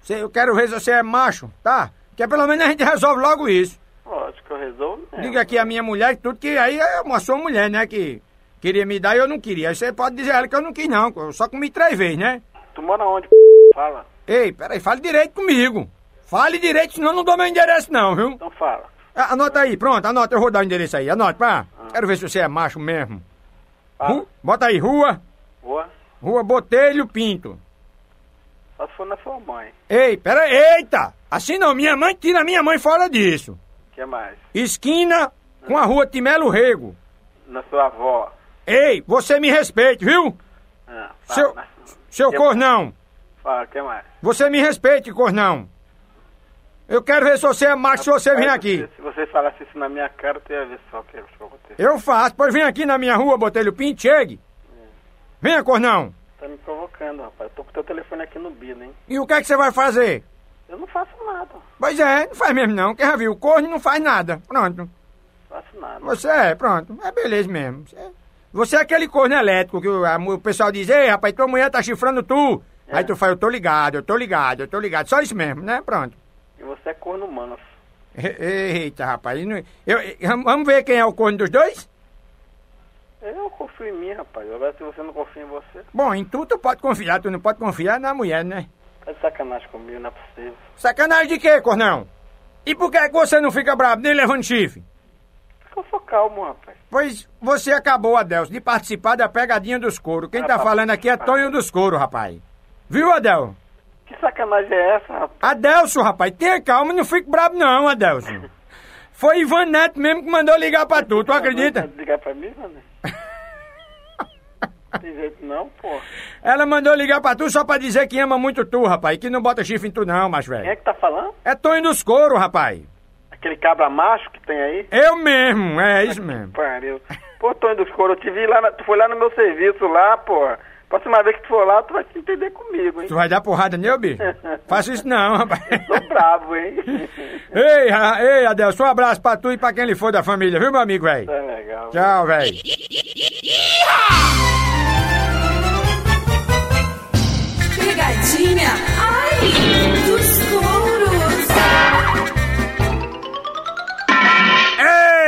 S3: Cê- eu quero ver se você é macho, tá? Que pelo menos a gente resolve logo isso.
S8: Lógico que eu resolvo mesmo.
S3: É. Diga aqui a minha mulher e tudo, que aí é uma sua mulher, né? Que queria me dar e eu não queria. Aí você pode dizer a ela que eu não quis, não. que Eu só comi três vezes, né?
S8: Tu mora onde, p***? Fala.
S3: Ei, peraí, fale direito comigo. Fale direito, senão eu não dou meu endereço, não, viu?
S8: Então fala.
S3: Ah, Anota aí, pronto, anota, eu vou dar o endereço aí. Anota, pá.
S8: Ah.
S3: Quero ver se você é macho mesmo.
S8: Fala.
S3: Ru- Bota aí, rua,
S8: Boa.
S3: rua Botelho Pinto.
S8: Só se for na sua mãe.
S3: Ei, pera, eita! Assim não, minha mãe tira minha mãe fora disso.
S8: O que mais?
S3: Esquina com a rua Timelo Rego.
S8: Na sua avó.
S3: Ei, você me respeite, viu?
S8: Ah, fala.
S3: Seu,
S8: Na-
S3: seu
S8: que-
S3: cornão,
S8: Fala, o que mais?
S3: você me respeite, cornão. Eu quero ver se você é macho, se você vem
S8: Aí
S3: aqui.
S8: Se você falasse isso na minha cara, tu ia ver só o que que aconteceu.
S3: Eu faço, pois vem aqui na minha rua, Botelho Pinto, chegue. Venha, cornão.
S8: Tá me provocando, rapaz. Eu tô com teu telefone aqui no bido, hein?
S3: E o que é que você vai fazer?
S8: Eu não faço nada.
S3: Pois é, não faz mesmo não, quer já viu, o corno não faz nada. Pronto,
S8: faço nada.
S3: você é, pronto, é beleza mesmo. Você, você é aquele corno elétrico que o, a mu- o pessoal diz, ei, rapaz, tua mulher tá chifrando tu. Aí tu fala, eu tô ligado, eu tô ligado, eu tô ligado, só isso mesmo, né, pronto.
S8: E você é corno humano.
S3: E- Eita, rapaz, e não- eu, eu- vamos- vamos ver quem é o corno dos dois?
S8: Eu confio em mim, rapaz. Agora, se você não confia em você,
S3: Bom, em tu tu pode confiar, tu não pode confiar na mulher, né?
S8: tá de sacanagem comigo, não é possível.
S3: Sacanagem de quê, cornão? E por que é que você não fica bravo nem levando chifre?
S8: Porque eu sou calmo, rapaz.
S3: Pois você acabou, Adelso, de participar da pegadinha dos couro. Quem tá
S8: Rapaz,
S3: falando aqui é
S8: rapaz.
S3: Tonho dos couro, rapaz. Viu, Adel?
S8: Que sacanagem é essa, rapaz?
S3: Adelso, rapaz, tenha calma e não fique bravo não,
S8: [LAUGHS]
S3: Adelso. Foi Ivan Neto mesmo que mandou ligar pra tu, tu
S8: Não
S3: acredita?
S8: vai ligar pra mim,
S3: [LAUGHS]
S8: mano? Tem jeito não, pô.
S3: Ela mandou ligar pra tu só pra dizer que ama muito tu, rapaz, que não bota chifre em tu não, mas
S8: Quem é
S3: velho.
S8: que tá falando?
S3: É Tonho dos couro, rapaz.
S8: Aquele cabra macho que tem aí?
S3: Eu mesmo, é isso mesmo.
S8: Pariu. Pô, Tonho dos Coros, eu te vi lá, na- tu foi lá no meu serviço lá, pô. Próxima vez que tu for lá, tu vai se entender comigo, hein?
S3: Tu vai dar porrada nele, bicho?
S8: [LAUGHS]
S3: Faça isso não, [LAUGHS] rapaz.
S8: Tô bravo, hein?
S3: Ei, ra- ei, Adelso, um abraço pra tu e pra quem lhe for da família, viu, meu amigo, velho?
S8: tá legal.
S3: Tchau, velho.
S7: Pegadinha, ai, dos touros.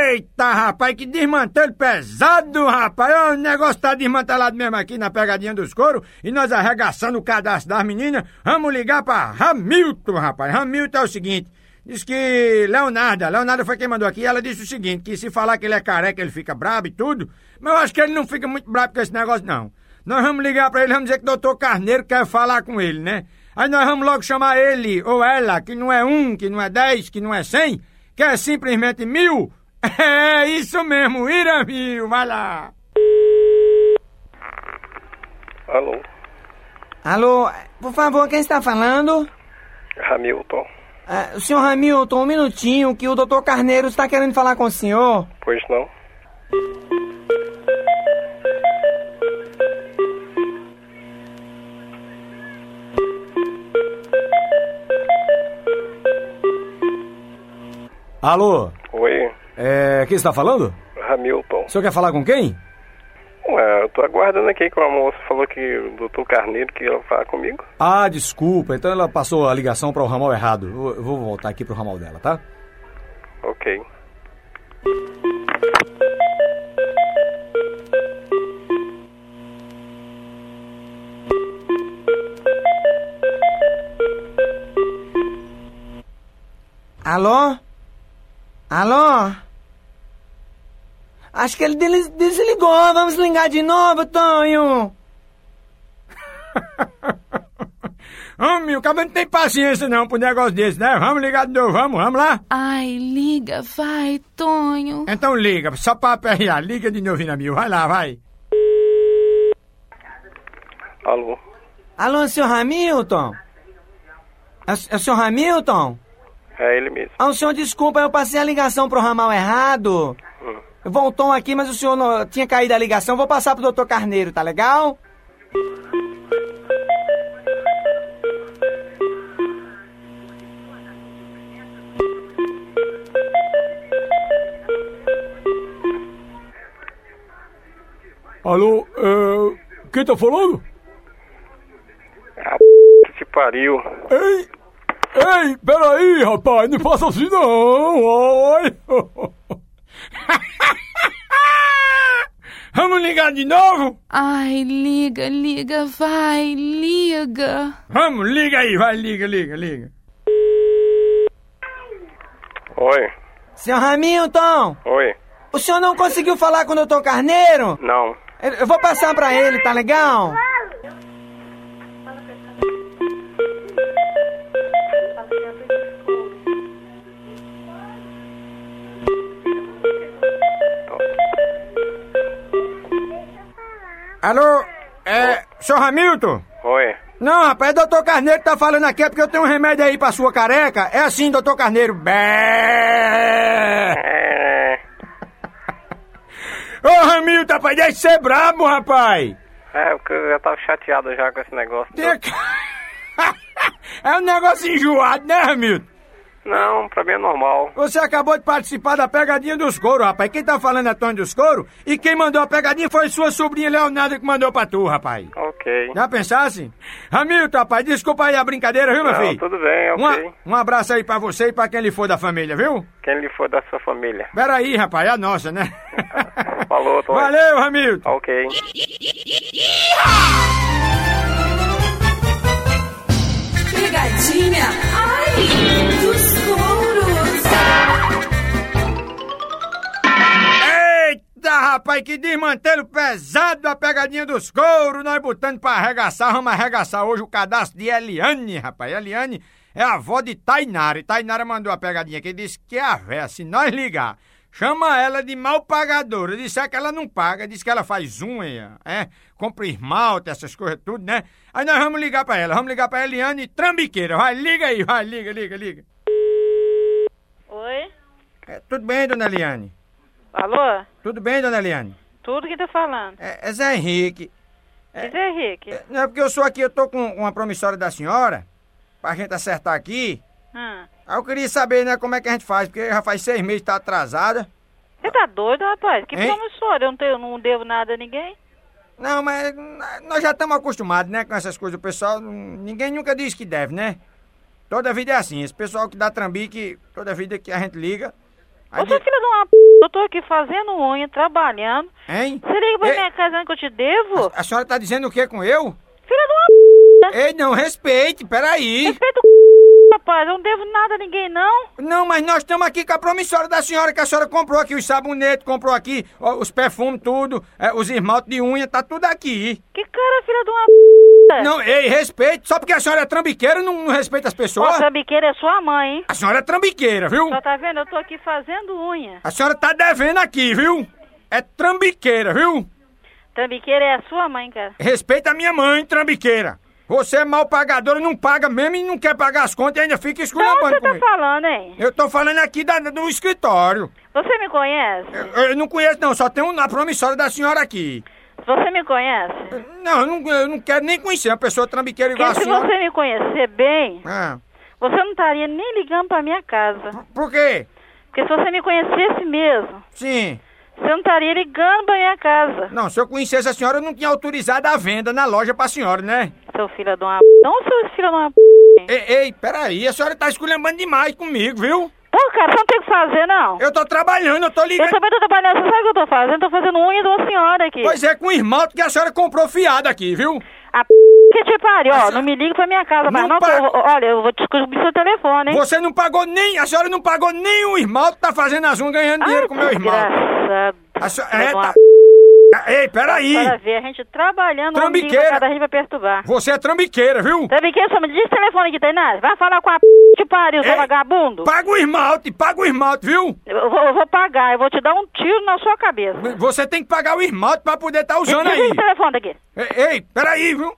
S3: Eita, rapaz, que desmantelho pesado, rapaz. Ó, O negócio tá desmantelado mesmo aqui na pegadinha dos couro e nós arregaçando o cadastro das meninas. Vamos ligar pra Ramilton, rapaz. Ramilton é o seguinte. Diz que Leonardo, Leonardo foi quem mandou aqui, ela disse o seguinte, que se falar que ele é careca, ele fica brabo e tudo, mas eu acho que ele não fica muito brabo com esse negócio, não. Nós vamos ligar pra ele, vamos dizer que o doutor Carneiro quer falar com ele, né? Aí nós vamos logo chamar ele ou ela, que não é um, que não é dez, que não é cem, que é simplesmente mil. [LAUGHS] É isso mesmo, Ira Mil, vai lá.
S9: Alô,
S10: Alô, por favor, quem está falando?
S9: Hamilton.
S10: Ah, o senhor Hamilton, um minutinho, que o doutor Carneiro está querendo falar com o senhor.
S9: Pois não?
S10: Alô,
S9: Oi,
S10: é, quem está falando?
S9: Hamilton.
S10: O senhor quer falar com quem?
S9: Ué, eu tô aguardando aqui que a moça falou que o doutor Carneiro que ia falar comigo.
S10: Ah, desculpa, então ela passou a ligação para o ramal errado. Eu, eu vou voltar aqui para o ramal dela, tá?
S9: Ok.
S10: Alô? Alô? Acho que ele delis- desligou. Vamos ligar de novo, Tonho.
S3: Homem, o cabelo não tem paciência não pro negócio desse, né? Vamos ligar de novo, vamos, vamos lá?
S2: Ai, liga, vai, Tonho.
S3: Então liga, só pra aperrear, liga de novo, Ira Mil, vai lá, vai.
S9: Alô,
S10: Alô, senhor Hamilton? É, o- é o senhor Hamilton?
S9: é ele mesmo.
S10: Ah, o senhor desculpa, eu passei a ligação pro ramal errado.
S9: Hum.
S11: Voltou aqui, mas o senhor não tinha caído a ligação. Vou passar pro doutor Carneiro, tá legal?
S12: Alô, é, quem tá falando?
S8: Ah, que pariu.
S12: Ei, ei, peraí, rapaz, não faça assim não. Oi. [LAUGHS]
S3: Vamos ligar de novo?
S13: Ai, liga, liga, vai, liga.
S3: Vamos, liga aí, vai, liga, liga, liga.
S8: Oi,
S11: Senhor Hamilton,
S8: oi.
S11: o senhor não conseguiu falar com o doutor Carneiro?
S8: Não.
S11: Eu eu vou passar pra ele, tá legal?
S3: Alô, é. Senhor Hamilton?
S8: Oi.
S3: Não, rapaz, é doutor Carneiro que tá falando aqui, é porque eu tenho um remédio aí pra sua careca. É assim, doutor Carneiro. Bé! Ô, Hamilton, rapaz, deixa de ser brabo, rapaz!
S8: É, porque eu já tava chateado já com esse negócio.
S3: É um negócio enjoado, né, Hamilton?
S8: Não, pra mim é normal.
S3: Você acabou de participar da pegadinha dos couro, rapaz. Quem tá falando é Tony dos couro e quem mandou a pegadinha foi sua sobrinha Leonardo que mandou pra tu, rapaz.
S8: Ok.
S3: Já pensasse? Hamilton, rapaz, desculpa aí a brincadeira, viu, meu
S8: Não,
S3: filho?
S8: tudo bem, ok.
S3: Um, um abraço aí pra você e pra quem lhe for da família, viu?
S8: Quem lhe for da sua família.
S3: Pera aí, rapaz, é a nossa, né?
S8: Falou, Tony.
S3: Valeu, Hamilton.
S8: Ok.
S7: Pegadinha, ai, dos touros.
S3: Eita, rapaz, que desmantelo pesado a pegadinha dos couro. Nós botando pra arregaçar, vamos arregaçar hoje o cadastro de Eliane, rapaz. Eliane é a avó de Tainara. E Tainara mandou a pegadinha aqui e disse que a véia, se nós ligar, chama ela de mal pagadora. Disse é que ela não paga, disse que ela faz unha, é, compra esmalte, essas coisas tudo, né? Aí nós vamos ligar pra ela, vamos ligar pra Eliane Trambiqueira. Vai, liga aí, vai, liga, liga, liga.
S5: Oi?
S3: É, tudo bem, dona Eliane?
S5: Alô?
S3: Tudo bem, dona Eliane?
S5: Tudo que tá falando.
S3: É, é Zé Henrique.
S5: É. Zé Henrique.
S3: Não é porque eu sou aqui, eu tô com uma promissória da senhora, pra gente acertar aqui.
S5: Hum.
S3: Aí eu queria saber, né, como é que a gente faz, porque já faz seis meses que tá atrasada.
S5: Você tá doido, rapaz? Que
S3: Hein?
S5: promissora? Eu não, tenho, não devo nada a ninguém.
S3: Não, mas n- nós já estamos acostumados, né, com essas coisas. O pessoal, hum, ninguém nunca diz que deve, né? Toda vida é assim, esse pessoal que dá trambique, toda vida que a gente liga. Aí
S5: Ô, sua
S3: diz,
S5: filha de uma p... Eu tô aqui fazendo unha, trabalhando.
S3: hein?
S5: Você liga pra
S3: Ei.
S5: minha casa dizendo que eu te devo?
S3: A senhora tá dizendo o que com eu?
S5: Filha de uma p...
S3: Ei, não, respeite, peraí.
S5: Respeita o c... rapaz. Eu não devo nada a ninguém, não.
S3: Não, mas nós estamos aqui com a promissória da senhora, que a senhora comprou aqui os sabonetes, comprou aqui ó, os perfumes, tudo, é, os esmaltes de unha, tá tudo aqui.
S5: Que cara, filha de uma p...
S3: Não, ei, respeite, só porque a senhora é trambiqueira não, não respeita as pessoas.
S5: Ô, trambiqueira é sua mãe, hein?
S3: A senhora é trambiqueira, viu?
S5: Só tá vendo? Eu tô aqui fazendo unha.
S3: A senhora tá devendo aqui, viu? É trambiqueira, viu?
S5: Trambiqueira é a sua mãe, cara.
S3: Respeita a minha mãe, trambiqueira. Você é mal pagadora, não paga mesmo e não quer pagar as contas e ainda fica
S5: Então
S3: esculhambando
S5: você tá
S3: comigo.
S5: falando, hein?
S3: Eu tô falando aqui da- do escritório.
S5: Você me conhece?
S3: Eu, eu não conheço, não, só tem um na promissória da senhora aqui.
S5: Você me conhece?
S3: Não, eu não, eu não quero nem conhecer uma pessoa trambiqueira igual
S5: Porque
S3: a
S5: se
S3: senhora.
S5: você me conhecer bem,
S3: Ah,
S5: você não estaria nem ligando pra minha casa.
S3: por quê?
S5: Porque se você me conhecesse mesmo,
S3: Sim.
S5: você não estaria ligando pra minha casa.
S3: Não, se eu conhecesse a senhora, eu não tinha autorizado a venda na loja pra senhora, né?
S5: Seu filho de uma p... Não, seu filho de uma p...
S3: Ei, ei, peraí, a senhora tá esculhambando demais comigo, viu?
S5: Pô, cara, você não tem o que fazer, não.
S3: Eu tô trabalhando, eu tô
S5: Eu
S3: ligando.
S5: também tô trabalhando, você sabe o que eu tô fazendo? Tô fazendo unha de uma senhora aqui.
S3: Pois é, com o esmalte que a senhora comprou fiado aqui, viu?
S5: A p... que te pariu, ó. Não me liga pra minha casa, mas
S3: Não
S5: não, que eu
S3: pa-
S5: vou- Olha, eu vou descobrir seu telefone, hein?
S3: Você não pagou nem. A senhora não pagou nem o esmalte, tá fazendo as unhas ganhando dinheiro com o meu esmalte.
S5: Ah, Desgraçado.
S3: A senhora.
S5: filho
S3: É,
S5: de uma
S3: tá...
S5: p...
S3: Ei, peraí.
S5: Para ver, a gente trabalhando, um liga
S3: Trambiqueira.
S5: pra cada gente vai perturbar.
S3: Você é trambiqueira, viu?
S5: Trambiqueira, só me diz esse telefone aqui, Tainá. Vai falar com a p... que pariu, seu
S3: Ei,
S5: vagabundo.
S3: Paga o esmalte, paga o esmalte, viu?
S5: Eu vou, eu vou pagar, eu vou te dar um tiro na sua cabeça.
S3: Você tem que pagar o esmalte pra poder estar usando
S5: Desliga
S3: aí.
S5: esse telefone daqui.
S3: Ei, ei, peraí, viu?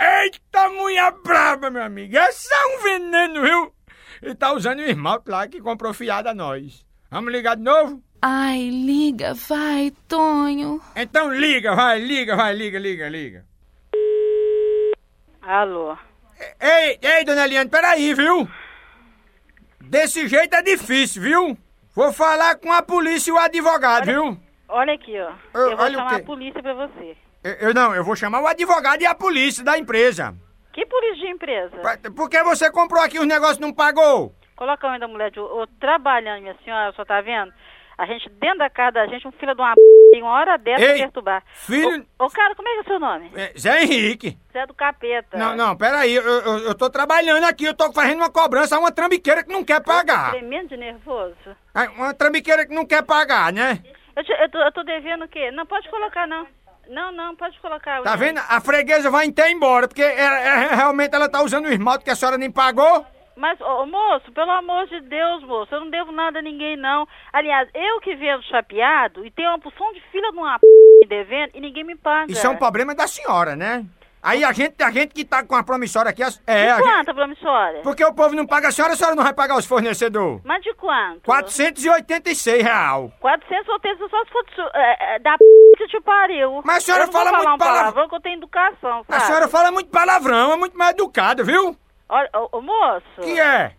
S3: Eita a mulher braba, meu amigo. Essa é um veneno, viu? E tá usando o esmalte lá que comprou fiado a nós. Vamos ligar de novo?
S13: Ai, liga, vai, Tonho.
S3: Então liga, vai, liga, vai, liga, liga, liga.
S5: Alô?
S3: Ei, ei, dona Eliane, peraí, viu? Desse jeito é difícil, viu? Vou falar com a polícia e o advogado, viu?
S5: Olha aqui, ó.
S3: Eu-
S5: Eu, vou
S3: olha o
S5: chamar
S3: quê?
S5: a polícia pra você.
S3: Eu, eu não, eu vou chamar o advogado e a polícia da empresa.
S5: Que polícia de empresa?
S3: Pa- Por que você comprou aqui os negócios e não pagou?
S5: Coloca a mãe da mulher de ô, trabalhando, minha senhora, só tá vendo? A gente, dentro da casa da gente, um filho de uma p... tem uma hora dessa
S3: Ei,
S5: pra perturbar.
S3: filho-
S5: Ô, ô, cara, como é que é o seu nome?
S3: É, Zé Henrique.
S5: Você é do capeta.
S3: Não, não, peraí, eu, eu, eu tô trabalhando aqui, eu tô fazendo uma cobrança a uma trambiqueira que não quer pagar.
S5: Tremendo de nervoso.
S3: Ai, Uma trambiqueira que não quer pagar, né?
S5: Eu, te- eu tô, eu tô devendo o quê? Não, pode colocar, não. Não, não, pode colocar.
S3: Tá vendo? A freguesa vai até embora, porque ela- ela- realmente ela tá usando o esmalte que a senhora nem pagou.
S5: Mas, ô, ô, moço, pelo amor de Deus, moço, eu não devo nada a ninguém, não. Aliás, eu que vendo chapeado e tenho uma porção de fila de uma p... me devendo e ninguém me paga.
S3: Isso é um problema da senhora, né? Aí a gente, a gente que tá com a promissória aqui, a- é,
S5: De
S3: a gente,
S5: quanto, promissória?
S3: porque o povo não paga a senhora, a senhora não vai pagar os fornecedores.
S5: Mas de quanto?
S3: 486 real.
S5: 400 ou 300 só se for de su- é, é, da p... que te pariu.
S3: Mas a senhora
S5: eu não vou
S3: fala
S5: falar
S3: muito
S5: um palavrão,
S3: palavrão.
S5: que eu tenho educação,
S3: A
S5: sabe?
S3: senhora fala muito palavrão, é muito mal educada, viu?
S5: Olha, ô, ô, moço...
S3: Que é?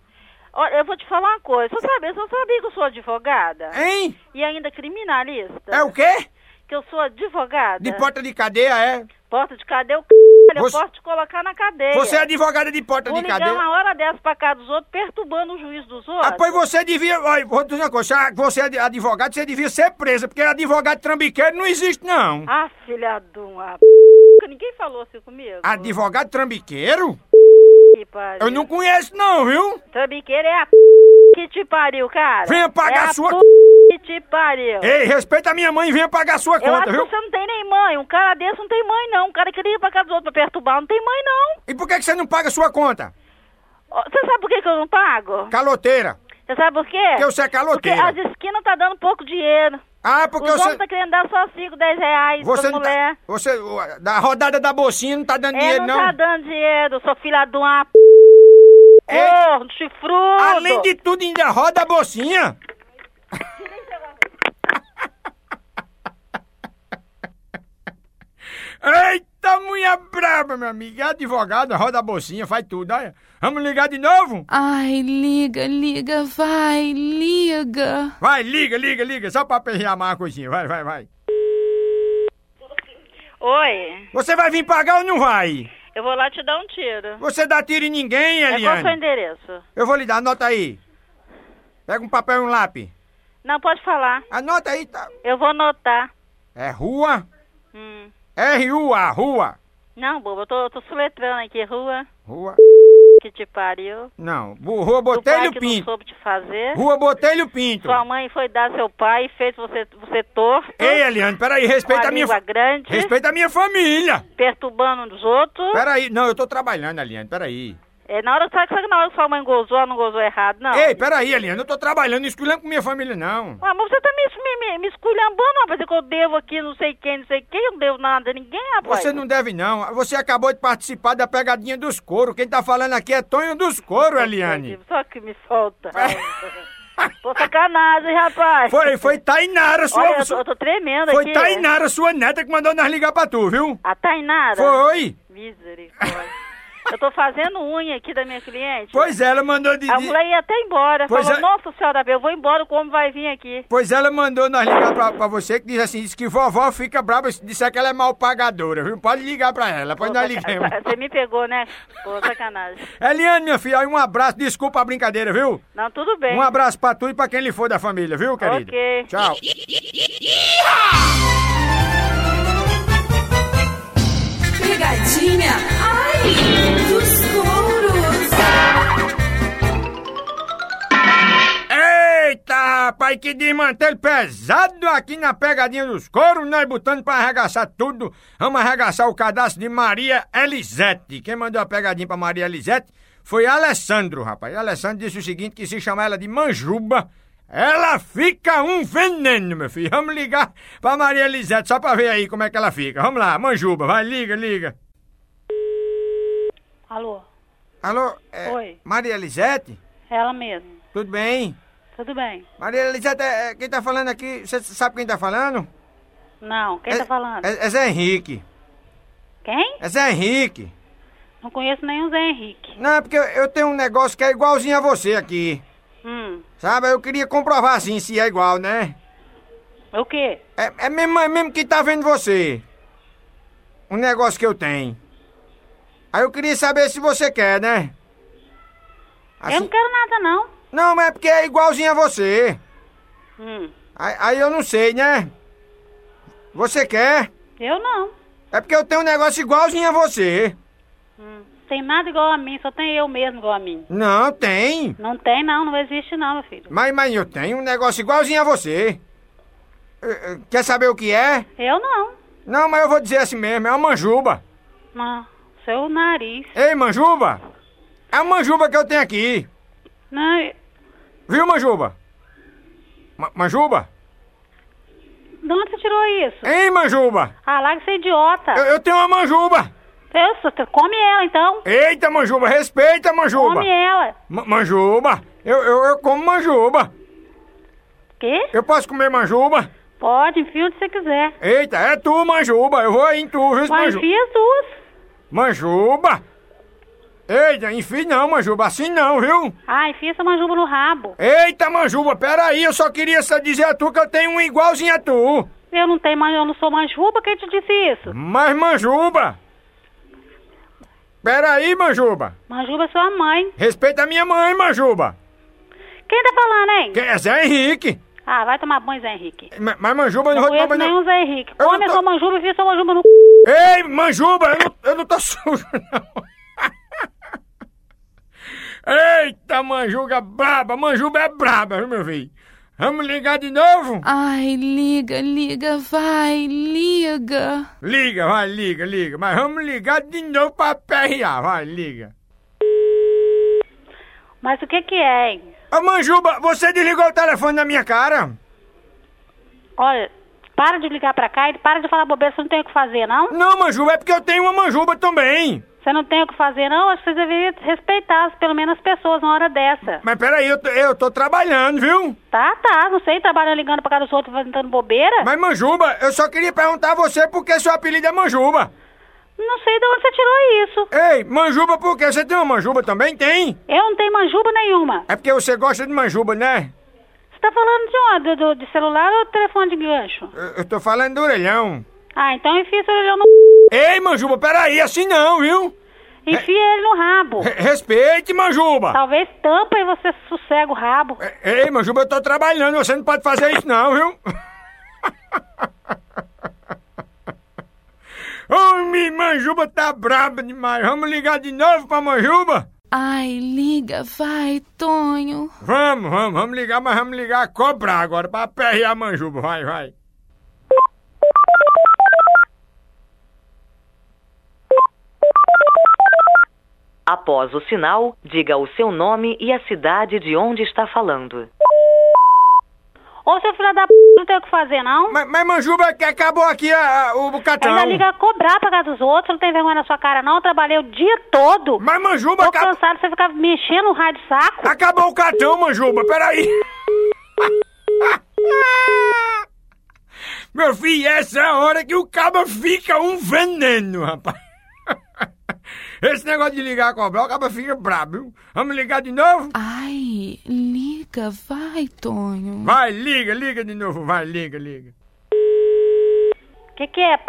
S5: Olha, eu vou te falar uma coisa. Você sabia, você sabia que eu sou advogada?
S3: Hein?
S5: E ainda criminalista?
S3: É o quê?
S5: Que eu sou advogada.
S3: De porta de cadeia, é?
S5: Porta de cadeia, o c...
S3: Você-
S5: Eu posso te colocar na cadeia.
S3: Você é advogada de porta
S5: Vou
S3: de
S5: ligar
S3: cadeia?
S5: uma hora dessa pra cá dos outros, perturbando o juiz dos outros.
S3: Ah, pois você devia. Olha, vou dizer uma coisa. já que Você é de- advogado, você devia ser presa, porque advogado trambiqueiro não existe, não.
S5: Ah, filha de uma p... Ninguém falou assim comigo.
S3: Advogado trambiqueiro?
S5: Que pariu.
S3: Ah, Eu não conheço, não, viu?
S5: Trambiqueira é a p... que te pariu, cara.
S3: Venha pagar
S5: é
S3: a sua-
S5: p... que te pariu.
S3: Ei, respeita a minha mãe e venha pagar a sua
S5: Então. Eu acho
S3: conta, viu?
S5: que você não tem nem mãe. Um cara desse não tem mãe, não. Um cara que liga pra casa dos outros pra perturbar não tem mãe, não.
S3: E por que, que você não paga a sua conta?
S5: Ó, Você sabe por que, que eu não pago?
S3: Caloteira.
S5: Você sabe por quê?
S3: Porque você é
S5: Porque
S3: caloteira.
S5: as esquinas tá dando pouco dinheiro.
S3: Ah, porque
S5: Os
S3: você-
S5: homens tá querendo dar só 5, 10 reais
S3: Você
S5: pra
S3: não
S5: mulher.
S3: tá, você, da rodada da bolsinha não tá dando
S5: É,
S3: dinheiro,
S5: não,
S3: não.
S5: tá dando dinheiro, eu sou filha de uma p...
S3: Ei.
S5: Corno, chifrudo.
S3: Além de tudo, ainda roda a bolsinha. Eita, mulher braba, meu amigo. É advogada, roda a bolsinha, faz tudo. Olha. Vamos ligar de novo?
S13: Ai, liga, liga, vai, liga.
S3: Vai, liga, liga, liga. Só pra perreamar uma coisinha. Vai, vai, vai.
S5: Oi,
S3: Você vai vir pagar ou não vai?
S5: eu vou lá te dar um tiro.
S3: Você dá tiro em ninguém,
S5: É qual o seu
S3: Eliane?
S5: endereço?
S3: Eu vou lhe dar, anota aí. Pega um papel e um lápis.
S5: Não, pode falar.
S3: Anota aí, tá?
S5: Eu vou anotar.
S3: É rua? É
S5: Hum.
S3: R-U-A, rua.
S5: Não, bobo, eu tô, eu tô soletrando aqui, rua
S3: Rua.
S5: que te pariu.
S3: Não, bu- rua
S5: Do pai
S3: Botelho
S5: que não
S3: Pinto.
S5: soube te fazer.
S3: Rua Botelho Pinto.
S5: Sua mãe foi dar seu pai e fez você, você torto.
S3: Ei, Eliane, peraí,
S5: com
S3: respeita
S5: a
S3: a minha.
S5: língua
S3: fa-
S5: grande,
S3: Respeita a minha família.
S5: perturbando os outros.
S3: Peraí, não, eu tô trabalhando, Eliane, peraí.
S5: É, na hora, sabe, sabe que na hora que sua mãe gozou, ela não gozou errado, não?
S3: Ei, peraí, Eliane, eu tô trabalhando, não esculhando com minha família, não.
S5: Ah, mas você tá me, me, me, me esculhambando, rapaz, que eu devo aqui, não sei quem, não sei quem, eu não devo nada a ninguém, rapaz.
S3: Você não deve, não. Você acabou de participar da pegadinha dos couro. Quem tá falando aqui é Tonho dos couro, Eliane.
S5: Só que me
S3: [LAUGHS]
S5: solta. Pô, sacanagem, rapaz.
S3: Foi, foi Tainara, sua.
S5: Olha, eu tô, eu tô tremendo
S3: foi
S5: aqui.
S3: Tainara, sua neta, que mandou nós ligar pra tu, viu?
S5: A Tainara?
S3: Foi.
S5: Misericórdia. eu tô fazendo unha aqui da minha cliente.
S3: Pois é, ela mandou de.
S5: A
S3: de-
S5: mulher ia até embora.
S3: Pois
S5: Falou,
S3: é.
S5: nossa senhora, eu vou embora, como vai vir aqui?
S3: Pois ela mandou nós ligar pra, pra você que diz assim: diz que vovó fica brava se disser que ela é mal pagadora, viu? Pode ligar pra ela, pois
S5: Pô,
S3: nós
S5: saca- [LAUGHS]
S3: ligamos.
S5: Você me pegou, né? Pô, sacanagem.
S3: Eliane, minha filha, aí um abraço, desculpa a brincadeira, viu?
S5: Não, tudo bem.
S3: Um abraço pra tu e pra quem lhe for da família, viu, querida?
S5: Ok.
S3: Tchau.
S7: Pegadinha, ai, dos touros.
S3: Eita, rapaz, que desmantelho pesado aqui na pegadinha dos coros, nós botando pra arregaçar tudo. Vamos arregaçar o cadastro de Maria Elisete. Quem mandou a pegadinha pra Maria Elisete foi Alessandro, rapaz. Alessandro disse o seguinte, que se chamar ela de manjuba, ela fica um veneno, meu filho. Vamos ligar pra Maria Elisete só pra ver aí como é que ela fica. Vamos lá, manjuba, vai, liga, liga.
S14: Alô?
S3: Alô? é
S14: Oi. é
S3: Maria Elisete?
S14: Ela mesmo.
S3: Tudo bem?
S14: Tudo bem?
S3: Maria Elisete, é, é, quem tá falando aqui, você sabe quem tá falando?
S14: Não, quem tá falando?
S3: É, é Zé Henrique.
S14: Quem?
S3: É Zé Henrique.
S14: Não conheço nem o Zé Henrique.
S3: Não, é porque eu, eu tenho um negócio que é igualzinho a você aqui.
S14: Hum,
S3: Sabe? Eu queria comprovar assim se é igual, né?
S14: o quê?
S3: É, é mesmo, é mesmo que tá vendo você. Um negócio que eu tenho. Aí eu queria saber se você quer, né? Assim
S14: Eu não quero nada, não.
S3: Não, mas é porque é igualzinho a você.
S14: Hum,
S3: Aí, aí eu não sei, né? Você quer?
S14: eu não.
S3: É porque eu tenho um negócio igualzinho a você.
S14: Hum, Tem nada igual a mim, só tem eu mesmo igual a mim.
S3: Não, tem.
S14: Não tem, não, não existe, não, meu filho.
S3: Mas, mas eu tenho um negócio igualzinho a você. Eh, eh, Quer saber o que é?
S14: Eu não.
S3: Não, mas eu vou dizer assim mesmo, é uma manjuba.
S14: Não, seu nariz.
S3: Ei, manjuba! É a manjuba que eu tenho aqui.
S14: Não, eu-
S3: Viu, manjuba? Ma- manjuba?
S14: de onde você tirou isso?
S3: Hein, manjuba?
S14: Ah, larga de ser idiota.
S3: Eu, eu tenho uma manjuba.
S14: Eu sou- tu- come ela, então.
S3: Eita, manjuba, respeita, manjuba.
S14: Come ela.
S3: Ma- manjuba, eu, eu, eu como manjuba.
S14: Quê?
S3: Eu posso comer manjuba?
S14: Pode, enfia onde você quiser.
S3: Eita, é tu, manjuba. Eu vou aí em tu, viu,
S14: Mas
S3: manjuba?
S14: enfia as duas.
S3: Manjuba! Eita, enfim não, manjuba, assim não, viu?
S14: Ah, enfia essa manjuba no rabo.
S3: Eita, manjuba, peraí, eu só queria só dizer a tu que eu tenho um igualzinho a tu.
S14: Eu não tenho, man- eu não sou manjuba, quem te disse isso?
S3: Mas, manjuba! Peraí, manjuba!
S14: Manjuba é sua mãe.
S3: Respeita a minha mãe, manjuba!
S14: Quem tá falando, hein?
S3: Que é Zé Henrique!
S14: Ah, vai tomar banho, Zé Henrique.
S3: Ma- Mas, manjuba, eu não
S14: Não
S3: vou tomar
S14: conheço
S3: banho,
S14: nenhum
S3: não.
S14: Zé Henrique.
S3: Eu não
S14: Come a
S3: tô-
S14: sua manjuba e enfia sua manjuba no c...
S3: Ei, manjuba, eu não, eu não tô [LAUGHS] sujo, não. Eita, manjuga braba, manjuba é braba, viu, meu filho? Vamos ligar de novo?
S2: Ai, liga, liga, vai, liga.
S3: Liga, vai, liga, liga. Mas vamos ligar de novo pra PRA, vai, liga.
S14: Mas o que que é, hein?
S3: Ô, Manjuba, você desligou o telefone na minha cara?
S14: Olha, para de ligar pra cá e para de falar bobeira, você não tem o que fazer, não?
S3: Não, Manjuba, é porque eu tenho uma Manjuba também.
S14: Você não tem o que fazer, não? Acho que você deveria respeitar as- pelo menos as pessoas na hora dessa.
S3: Mas peraí, eu tô, eu tô trabalhando, viu?
S14: Tá, tá, não sei, trabalhando ligando pra cara dos outros, inventando bobeira.
S3: Mas, Manjuba, eu só queria perguntar a você por que seu apelido é Manjuba.
S14: Não sei de onde você tirou isso.
S3: Ei, Manjuba por quê? Você tem uma Manjuba também? Tem.
S14: Eu não tenho manjuba nenhuma.
S3: É porque você gosta de Manjuba, né?
S14: Você tá falando de onde? Do, do- de celular ou telefone de gancho?
S3: Eu, eu tô falando do orelhão.
S14: Ah, então enfia seu orelhão no...
S3: É. Ei, Manjuba, peraí, assim não, viu?
S14: Enfia ele no rabo.
S3: Re- Respeite, É, Manjuba. É,
S14: Talvez tampa e você sossega o rabo.
S3: Ei, Manjuba, eu tô trabalhando, você não pode fazer isso não, viu? [LAUGHS] Ô, minha Manjuba tá braba demais. Vamos ligar de novo pra Manjuba?
S2: Ai, liga, vai, Tonho.
S3: Vamos, vamos, vamos ligar, mas vamos ligar a cobrar agora pra aperrear a Manjuba. Vai, vai.
S6: Após o sinal, diga o seu nome e a cidade de onde está falando.
S14: Ô, seu filho da p, não tem o que fazer, não?
S3: Mas, mas Manjuba, é que acabou aqui a- a- o bucatão.
S14: Ainda liga a cobrar pra casa dos outros, não tem vergonha na sua cara, não. Eu trabalhei o dia todo.
S3: Mas, Manjuba,
S14: Tô
S3: acab-
S14: cansado de você ficar me enchendo o raio de saco.
S3: acabou o catão, Manjuba, peraí. [LAUGHS] Meu filho, essa é a hora que o cabo fica um veneno, rapaz. [LAUGHS] Esse negócio de ligar a cobrar, o cabo fica brabo. viu? Vamos ligar de novo?
S2: Ai, liga, vai, Tonho.
S3: Vai, liga, liga de novo, vai, liga, liga.
S14: Que que é, p?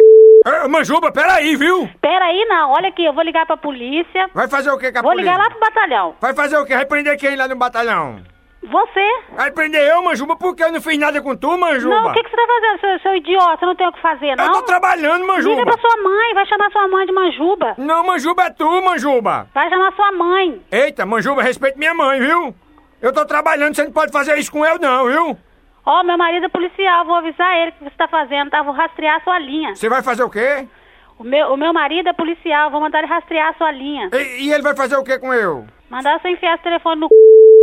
S3: Ô, Manjuba, peraí, viu?
S14: Peraí, não. Olha aqui, eu vou ligar pra polícia.
S3: Vai fazer o que com a
S14: Vou
S3: polícia?
S14: ligar lá pro batalhão.
S3: Vai fazer o quê? Vai prender quem lá no batalhão?
S14: Você?
S3: Vai prender eu, Manjuba? Por que eu não fiz nada com tu, Manjuba?
S14: Não, o que, que você tá fazendo, seu, seu idiota? Você não tem o que fazer, não?
S3: Eu tô trabalhando, Manjuba.
S14: Liga pra sua mãe, vai chamar sua mãe de manjuba.
S3: Não, Manjuba é tu, Manjuba.
S14: Vai chamar sua mãe.
S3: Eita, Manjuba, respeita minha mãe, viu? Eu tô trabalhando, você não pode fazer isso com eu não, viu?
S14: Ó, meu marido é policial, vou avisar ele o que você tá fazendo, tá? Vou rastrear a sua linha.
S3: Você vai fazer o quê?
S14: O meu, o meu marido é policial, vou mandar ele rastrear a sua linha.
S3: E, e ele vai fazer o quê com eu?
S14: Mandar você enfiar esse telefone no c...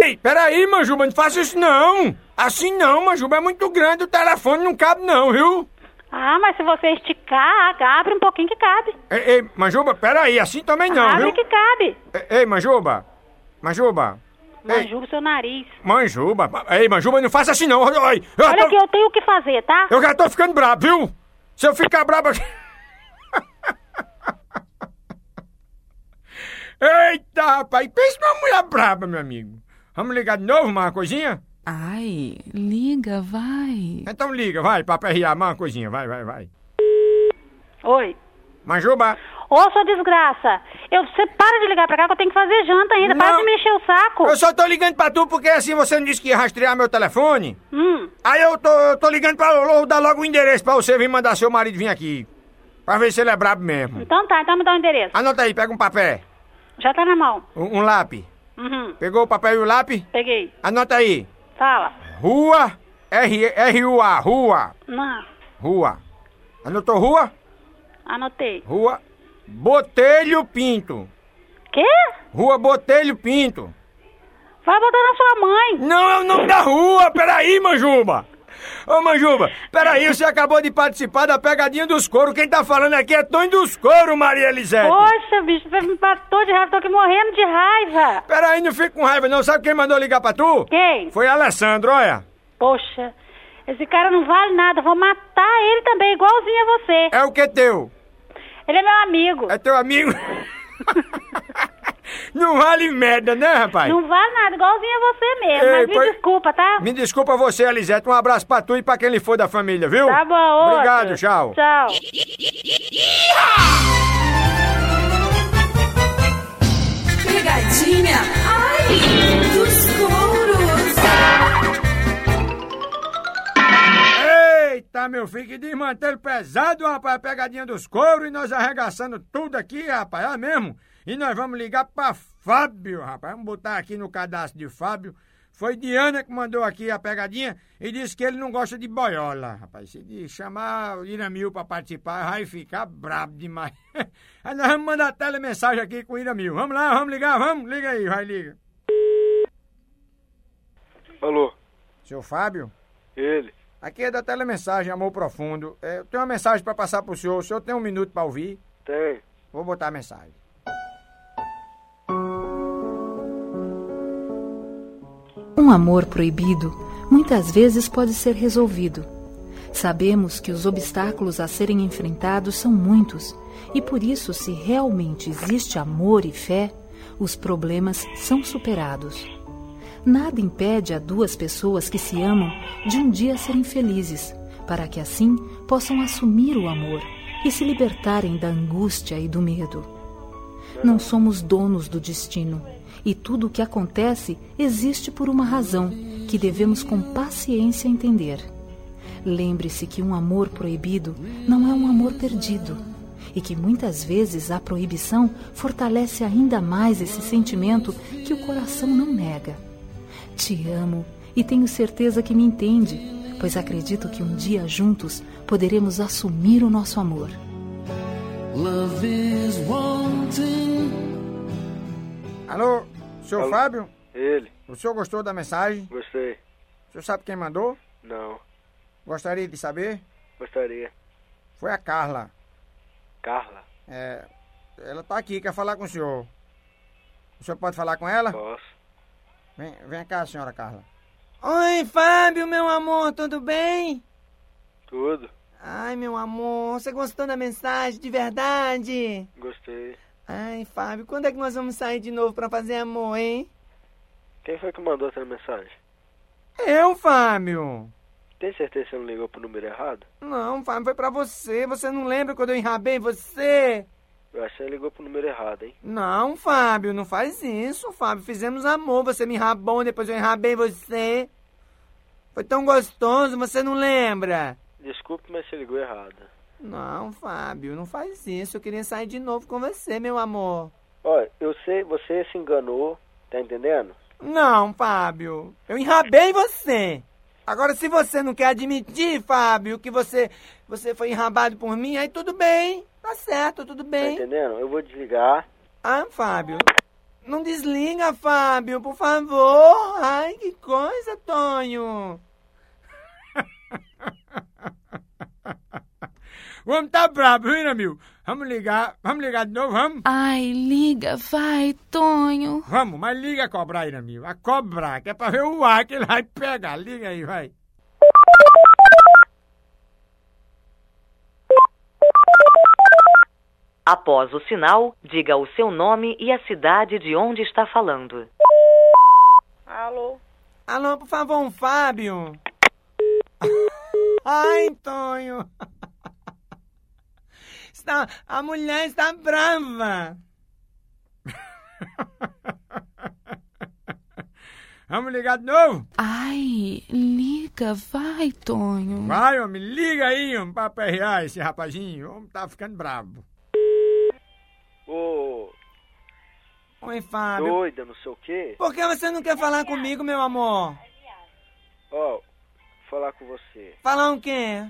S3: Ei, peraí, Manjuba, não faça isso não. Assim não, Manjuba, é muito grande, o telefone não cabe não, viu?
S14: Ah, mas se você esticar, abre um pouquinho que cabe.
S3: Ei, ei Manjuba, peraí, assim também não,
S14: abre
S3: viu?
S14: que cabe.
S3: Ei, ei, Manjuba. Manjuba.
S14: Manjuba seu nariz.
S3: Manjuba. Ei, Manjuba, não faça assim não. Olha,
S14: Olha que eu tenho o que fazer, tá?
S3: Eu já tô ficando brabo, viu? Se eu ficar brabo aqui... [LAUGHS] Eita, rapaz, pensa numa mulher braba, meu amigo. Vamos ligar de novo, uma coisinha?
S15: Ai, liga, vai.
S3: Então liga, vai, pra aperrear uma coisinha, vai, vai, vai.
S14: Oi.
S3: Manjuba.
S14: Ô, sua desgraça, eu, você para de ligar pra cá que eu tenho que fazer janta ainda, para
S3: Não.
S14: de me encher o saco.
S3: Eu só tô ligando pra tu porque assim você não disse que ia rastrear meu telefone.
S14: Hum.
S3: Aí eu tô, eu tô ligando pra eu dar logo o endereço pra você vir mandar seu marido vir aqui. Pra ver se ele é brabo mesmo.
S14: Então tá, então me dá o endereço.
S3: Anota aí, pega um papel,
S14: Já tá na mão.
S3: um, um lápis.
S14: Uhum,
S3: Pegou o papel e o lápis?
S14: peguei.
S3: Anota aí.
S14: Fala.
S3: Rua, R, R-U-A, rua,
S14: Não,
S3: rua. Anotou rua?
S14: anotei.
S3: Rua Botelho Pinto.
S14: Quê?
S3: Rua Botelho Pinto.
S14: Vai botar na sua mãe.
S3: Não, é o nome da rua. Peraí, Manjuba. Ô, Manjuba, peraí, você acabou de participar da pegadinha dos couro. Quem tá falando aqui é Tonho dos Couro, Maria Elisete.
S14: Poxa, bicho, você me matou de raiva, tô aqui morrendo de raiva.
S3: Peraí, não fica com raiva, não. Sabe quem mandou ligar pra tu?
S14: Quem?
S3: Foi Alessandro, olha.
S14: Poxa, esse cara não vale nada, vou matar ele também, igualzinho a você.
S3: É o que teu?
S14: Ele é meu amigo.
S3: É teu amigo? não vale merda, né, rapaz?
S14: Não vale nada, igualzinho a você mesmo,
S3: Ei,
S14: mas me
S3: pois-
S14: desculpa, tá?
S3: Me desculpa você, Elisete. Um abraço pra tu e pra quem lhe for da família, viu?
S14: Tá bom, outro.
S3: Obrigado, tchau.
S14: Tchau.
S7: Pegadinha, ai, dos couros.
S3: Eita, meu filho, que desmantelo pesado, rapaz. Pegadinha dos couros e nós arregaçando tudo aqui, rapaz. É mesmo? E nós vamos ligar pra Fábio, rapaz. Vamos botar aqui no cadastro de Fábio. Foi Diana que mandou aqui a pegadinha e disse que ele não gosta de boiola, rapaz. Se de chamar o Iramil pra participar, vai ficar brabo demais. [LAUGHS] aí nós vamos mandar telemensagem aqui com o Iramil. Vamos lá, vamos ligar, vamos. Liga aí, vai, liga.
S8: Alô,
S3: Seu Fábio?
S8: ele?
S3: Aqui é da telemensagem Amor Profundo. É, eu tenho uma mensagem para passar pro senhor. O senhor tem um minuto para ouvir?
S8: Tem.
S3: Vou botar a mensagem.
S16: Um amor proibido muitas vezes pode ser resolvido. Sabemos que os obstáculos a serem enfrentados são muitos e por isso, se realmente existe amor e fé, os problemas são superados. Nada impede a duas pessoas que se amam de um dia serem felizes, para que assim possam assumir o amor e se libertarem da angústia e do medo. Não somos donos do destino, e tudo o que acontece existe por uma razão que devemos com paciência entender. Lembre-se que um amor proibido não é um amor perdido, e que muitas vezes a proibição fortalece ainda mais esse sentimento que o coração não nega. Te amo e tenho certeza que me entende, pois acredito que um dia juntos poderemos assumir o nosso amor.
S7: Love is wanting.
S3: Alô, seu
S8: Alô?
S3: Fábio?
S8: Ele?
S3: O senhor gostou da mensagem?
S8: Gostei.
S3: O senhor sabe quem mandou?
S8: Não,
S3: Gostaria de saber?
S8: gostaria.
S3: Foi a Carla.
S8: Carla?
S3: É, ela tá aqui, quer falar com o senhor. O senhor pode falar com ela?
S8: Posso.
S3: Vem, vem cá, senhora Carla.
S11: Oi, Fábio, meu amor, tudo bem?
S8: Tudo?
S11: Ai, meu amor, você gostou da mensagem de verdade?
S8: Gostei.
S11: Ai, Fábio, quando é que nós vamos sair de novo pra fazer amor, hein?
S8: Quem foi que mandou essa mensagem?
S11: Eu, Fábio?
S8: Tem certeza que você não ligou pro número errado?
S11: Não, Fábio, foi pra você. Você não lembra quando eu enrabei você?
S8: Eu acho que você ligou pro número errado, hein?
S11: Não, Fábio, não faz isso, Fábio. Fizemos amor, você me enrabou, depois eu enrabei você. Foi tão gostoso, você não lembra?
S8: Desculpe, mas você ligou errado.
S11: Não, Fábio, não faz isso. Eu queria sair de novo com você, meu amor.
S8: Olha, eu sei, você se enganou, tá entendendo?
S11: Não, Fábio. Eu enrabei você. Agora, se você não quer admitir, Fábio, que você, você foi enrabado por mim, aí tudo bem. Tá certo, tudo
S8: Tá
S11: bem.
S8: entendendo? Eu vou desligar.
S11: Ah, Fábio. Não desliga, Fábio, por favor. Ai, que coisa, Tonho.
S3: O homem tá brabo, viu, Namil? Vamos ligar, vamos ligar de novo, vamos?
S2: Ai, liga, vai, Tonho.
S3: Vamos, mas liga a cobra aí, Namil. A cobra, que é pra ver o ar que ele vai pegar. Liga aí, vai.
S6: Após o sinal, diga o seu nome e a cidade de onde está falando.
S11: Alô? Alô, por favor, um Fábio. [LAUGHS] Ai, Tonho. [LAUGHS] Está, a mulher está brava.
S3: Vamos ligar de novo?
S2: Ai, liga, vai, Tonho.
S3: Vai, homem, liga aí, homem, pra aperrear esse rapazinho. O homem tá ficando brabo.
S8: Ô,
S11: Oi, Fábio.
S8: doida, não sei o quê.
S11: Por que você não quer falar comigo, meu amor?
S8: Ó, vou falar com você.
S11: Falar um quê?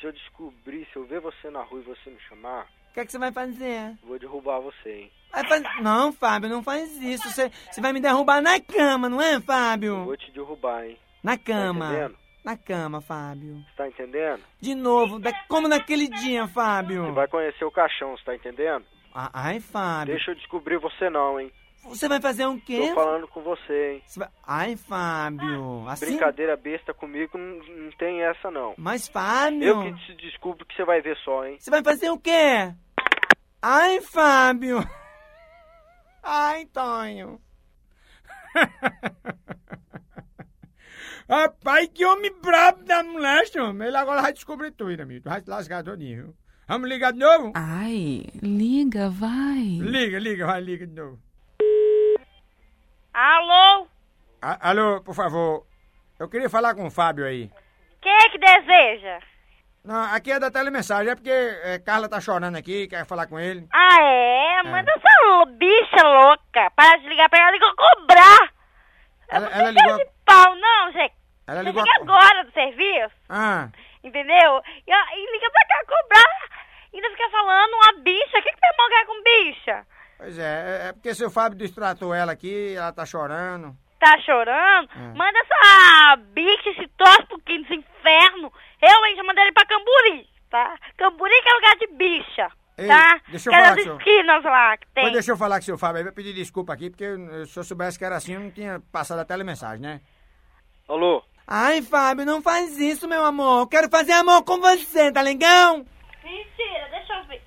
S8: Se eu descobrir, se eu ver você na rua e você me chamar,
S11: O que, é que você vai fazer?
S8: vou derrubar você, hein?
S11: Vai faz- Não, Fábio, não faz isso. Você, você vai me derrubar na cama, não é,
S8: Eu
S11: Fábio?
S8: vou te derrubar, hein?
S11: Na
S8: Tá
S11: cama.
S8: entendendo?
S11: Na cama, Fábio.
S8: Você tá entendendo?
S11: De novo, da- como naquele dia, Fábio.
S8: Você vai conhecer o caixão, você tá entendendo?
S11: Ah, Ai, Fábio.
S8: Deixa eu descobrir você não, hein?
S11: Você vai fazer um quê?
S8: Tô falando com você, hein?
S11: Você vai- Ai, Fábio. Assim?
S8: Ah, Brincadeira besta comigo não, não tem essa, não.
S11: Mas, Fábio.
S8: Eu que te descubro que você vai ver só, hein?
S11: Ah, Você vai fazer o quê? Ai, Fábio. [LAUGHS] Ai, Tonho.
S3: Rapaz, que homem brabo da mulher, homem. Ele agora vai descobrir tudo, amigo. Tu vai te lascar todinho, viu? Vamos ligar de novo?
S2: Ai, liga, vai.
S3: Liga, liga, vai, liga de novo.
S5: Ah,
S17: Alô?
S3: A- alô, por favor. Eu queria falar com o Fábio aí.
S17: Quem é que deseja?
S3: Não, aqui é da telemessagem, é porque é, Carla tá chorando aqui, quer falar com ele.
S17: Ah, é? Manda
S5: um
S17: essa lo- bicha louca. Para de ligar pra ela e co- cobrar.
S3: Ela, ela ligou. a-
S17: Pau, não, gente.
S3: Ela
S17: Você
S3: ligou.
S17: liga
S3: a-
S17: agora do serviço,
S3: Ah,
S17: entendeu? E, a- e liga pra cá cobrar. Ainda fica falando uma bicha. O que, que tem mal ganhar com bicha?
S3: pois é, é- é porque seu Fábio distratou ela aqui, ela tá chorando.
S17: Tá chorando?
S3: Hum.
S17: Manda essa bicha, esse troço pro quinto inferno. Eu, hein, já mandei ele pra Camburi, tá? Camburi que é lugar de bicha,
S3: Ei,
S17: tá?
S3: deixa eu
S17: que
S3: falar,
S17: é das
S3: senhor.
S17: esquinas lá que tem.
S3: Pois deixa eu falar com seu Fábio aí, vai pedir desculpa aqui, porque eu- se eu soubesse que era assim, eu não tinha passado a telemessagem, né?
S8: Alô?
S11: Ai, Fábio, não faz isso, meu amor. Eu quero fazer amor com você, tá legal?
S17: Mentira, deixa eu ver.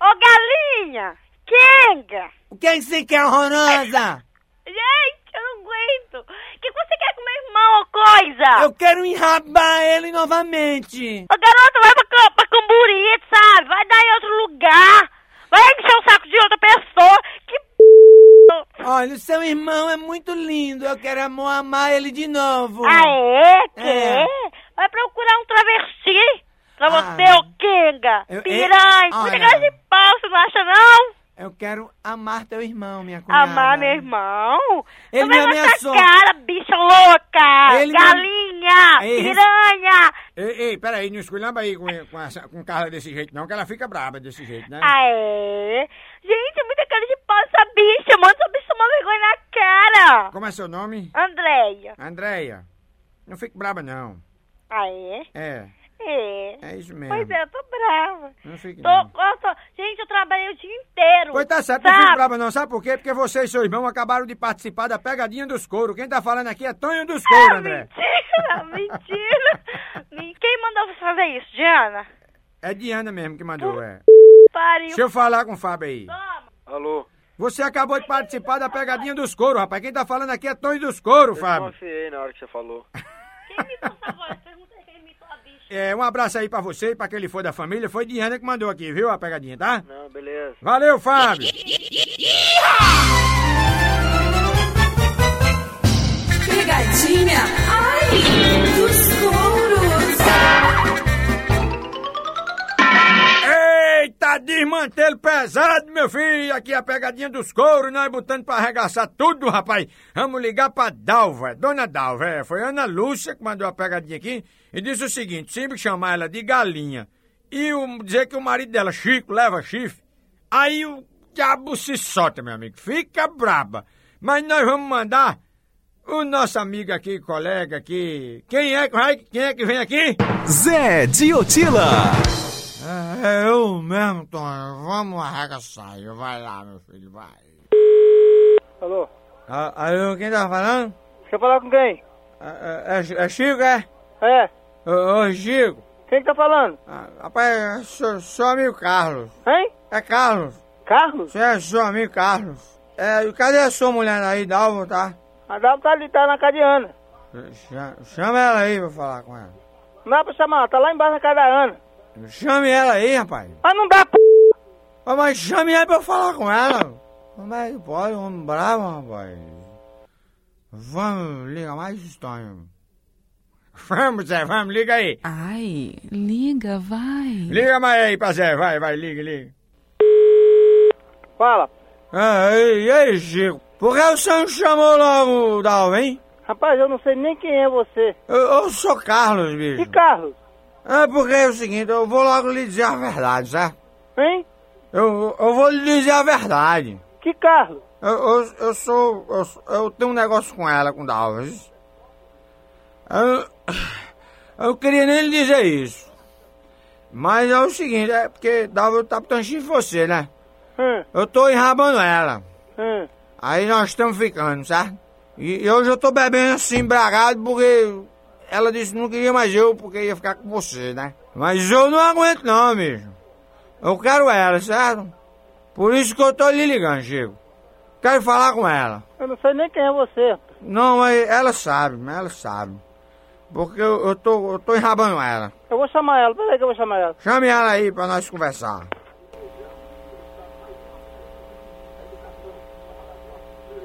S17: Ô, galinha! Kenga!
S11: O que é que você quer, horrorosa?
S17: Gente, eu não aguento! O que você quer com meu irmão ou coisa?
S11: Eu quero enrabar ele novamente.
S17: Ô, garota, vai pra, Cam- pra Camburi, sabe? Vai dar em outro lugar! Vai encher o saco de outra pessoa! Que
S11: Olha, o seu irmão é muito lindo. Eu quero amor, amar ele de novo.
S17: Ah, é? Que
S11: É.
S17: é? Vai procurar um travesti?
S11: Ah.
S17: Pra você, ô Kinga!
S11: Eu- eu-
S17: Piranha! Muita
S11: olha.
S17: cara de pau, você não acha, não?
S11: Eu quero amar teu irmão, minha cunhada.
S17: Amar meu irmão?
S11: Ele
S17: Também
S11: me
S17: vai pra
S11: ameaçou.
S17: é cara, bicha louca!
S11: Ele me-
S17: galinha!
S3: Ei,
S17: Piranha!
S3: Ei, ei, peraí, não esculhamba aí com, com, essa, com Carla desse jeito, não, que ela fica braba desse jeito, né?
S17: Ah, é? Gente, muita cara de pau essa bicha! Manda essa bicha tomar vergonha na cara!
S3: Como é seu nome?
S17: Andréia!
S3: É. Andréia. Não fique braba, não.
S17: Ah, é?
S3: É,
S17: É.
S3: é isso mesmo.
S17: Pois é, eu tô brava.
S3: Não fique
S17: Tô,
S3: não.
S17: nossa, gente, eu trabalhei o dia inteiro.
S3: Pois tá certo, não
S17: sabe?
S3: fique braba não. Sabe por quê? Porque você e seu irmão acabaram de participar da pegadinha dos couro. Quem tá falando aqui é Tonho dos couro, André.
S17: Ah, Mentira, [LAUGHS] mentira. Me- Quem mandou você fazer isso, Diana?
S3: É Diana mesmo que mandou, é.
S17: Pariu.
S3: Deixa eu falar com o Fábio aí.
S8: Alô?
S3: Você acabou de participar da pegadinha dos couro, rapaz. Quem tá falando aqui é Tonho dos couro,
S8: eu
S3: Fábio.
S8: confiei na hora que você falou.
S3: É, um abraço aí pra você e pra aquele foi da família. Foi Diana que mandou aqui, viu, a pegadinha, tá?
S8: Não, beleza.
S3: Valeu, Fábio.
S7: Pegadinha, ai, dos touros.
S3: Eita, desmantelo pesado, meu filho! Aqui é a pegadinha dos couros, nós botando pra arregaçar tudo, rapaz! Vamos ligar pra Dalva, dona Dalva, é, foi Ana Lúcia que mandou a pegadinha aqui e disse o seguinte: sempre chamar ela de galinha e o- dizer que o marido dela, Chico, leva chifre, aí o diabo se solta, meu amigo, fica braba. Mas nós vamos mandar o nosso amigo aqui, colega aqui. Quem é que vai? Quem é que vem aqui?
S18: Zé Diotila.
S3: É, é eu mesmo, Tonho. Vamos arregaçar. Vai lá, meu filho, vai.
S19: Alô?
S3: Ah, alô, quem tá falando?
S19: Quer falar com quem?
S3: É, é- é Chico, é?
S19: É.
S3: Ô, ô, Chico.
S19: Quem que tá falando?
S3: Ah, rapaz, sou, sou amigo Carlos.
S19: Hein?
S3: É Carlos.
S19: Carlos?
S3: Você é seu amigo Carlos. É, e cadê a sua mulher aí, Dalva, tá?
S19: A Dalva tá ali, tá na Cadiana.
S3: Cha- Chama ela aí pra falar com ela.
S19: Não dá pra chamar, ela tá lá embaixo na casa da Ana.
S3: Chame ela aí, rapaz.
S19: Mas não dá p.
S3: Ô, mas chame ela pra eu falar com ela. Como é que pode? Um homem bravo, rapaz. Vamos, liga mais história. Vamos, Zé, vamos, liga aí.
S2: Ai, liga, vai.
S3: Liga mais aí pra Zé, vai, vai, liga, liga.
S19: Fala.
S3: Ah, e, e aí, Chico? Por que o senhor não chamou logo o Dalva, hein?
S19: Rapaz, eu não sei nem quem é você.
S3: Eu, eu sou Carlos,
S19: Que
S3: bicho.
S19: Carlos?
S3: É porque é o seguinte, eu vou logo lhe dizer a verdade, certo?
S19: Hein?
S3: Eu, eu vou lhe dizer a verdade.
S19: Que Carlos?
S3: Eu, eu, eu sou. Eu, sou- eu tenho um negócio com ela, com Dalvas. Eu, eu queria nem lhe dizer isso. Mas é o seguinte, é porque Dalva tá tanchindo você, né?
S19: Hum,
S3: Eu tô enrabando ela.
S19: hum.
S3: Aí nós estamos ficando, sabe? E, e hoje eu tô bebendo assim, embragado, porque ela disse que não queria mais eu, porque ia ficar com você, né? Mas eu não aguento não, bicho. Eu quero ela, certo? Por isso que eu tô lhe ligando, Chico. Quero falar com ela.
S19: Eu não sei nem quem é você.
S3: Não, mas ela sabe, mas ela sabe. Porque eu, eu tô, eu tô enrabando ela.
S19: Eu vou chamar ela, peraí que eu vou chamar ela.
S3: Chame ela aí pra nós conversar.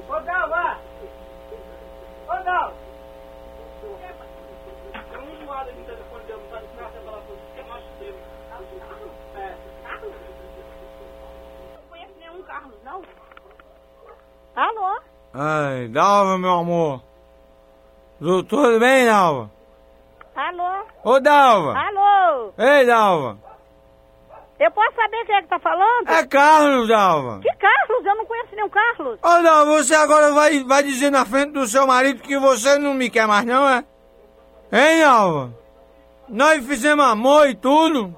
S19: Ô, Dalva! Ô, Dalva! Tem um lado aqui no telefone dele, não sabe se nada falar com você, que é macho dele. É.
S17: Alô?
S3: Ai, Dalva, meu amor. Tu- Tudo bem, Dalva?
S17: Alô?
S3: Ô, Dalva!
S19: Ah.
S3: É.
S17: Alô?
S3: Ei, Dalva!
S17: Eu posso saber quem é que tá falando?
S3: É Carlos, Dalva!
S17: Que Carlos? Eu não conheço nenhum Carlos.
S3: Ô, Dalva, Ah, você agora vai, vai dizer na frente do seu marido que você não me quer mais, não, é? Hein, Dalva? Nós fizemos amor e tudo.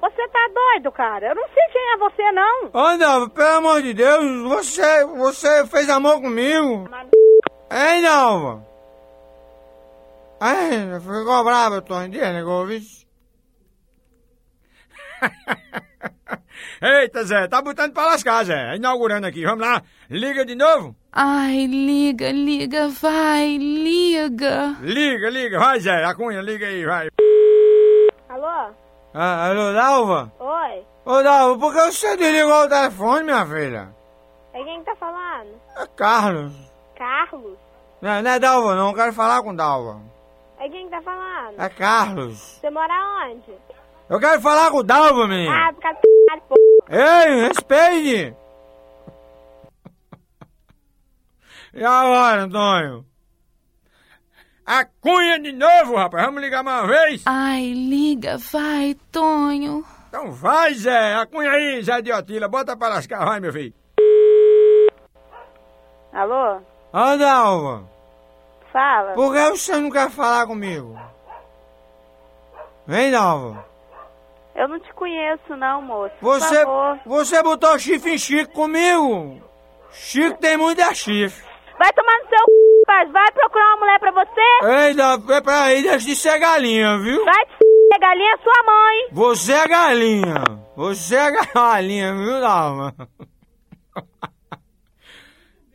S17: Você tá doido, cara? Eu não sei quem é você, não.
S3: Ô, Dalva, pelo amor de Deus, você, você fez amor comigo. Hein, Dalva? Ai, ficou brava, Tony, desligou, viu? Eita, Zé, tá botando pra lascar, Zé. Inaugurando aqui, vamos lá. Liga de novo.
S2: Ai, liga, liga, vai, liga.
S3: Liga, liga, vai, Zé. A cunha, liga aí, vai.
S17: Alô?
S3: Ah, alô, Dalva?
S17: Oi?
S3: Ô, Dalva, por que você desligou o telefone, minha filha?
S17: É quem tá falando?
S3: É Carlos.
S17: Carlos?
S3: Não, não é Dalva, não. Quero falar com Dalva.
S17: É quem tá falando?
S3: É Carlos.
S17: Você mora onde?
S3: Eu quero falar com Dalva, menino.
S17: Ah, por causa do pô.
S3: Ei, respeite. E agora, Antônio? A cunha de novo, rapaz. Vamos ligar mais uma vez?
S2: Ai, liga, vai, Tonho.
S3: Então vai, Zé. A cunha aí, Zé de Otila. Bota pra lascar, vai, meu filho.
S17: Alô?
S3: Ô, Dalva.
S17: Fala.
S3: Por que você não quer falar comigo? Vem, Dalva.
S17: Eu não te conheço, não, moço.
S3: Você,
S17: Por favor.
S3: você botou chifre em Chico comigo. Chico tem muito é chifre.
S17: Vai tomar no seu c... rapaz. Vai procurar uma mulher pra você?
S3: Ei, Dalva, peraí, deixa de ser galinha, viu?
S17: Vai te c... galinha é sua mãe.
S3: Você é galinha. Você é galinha, viu, Dalva? [LAUGHS]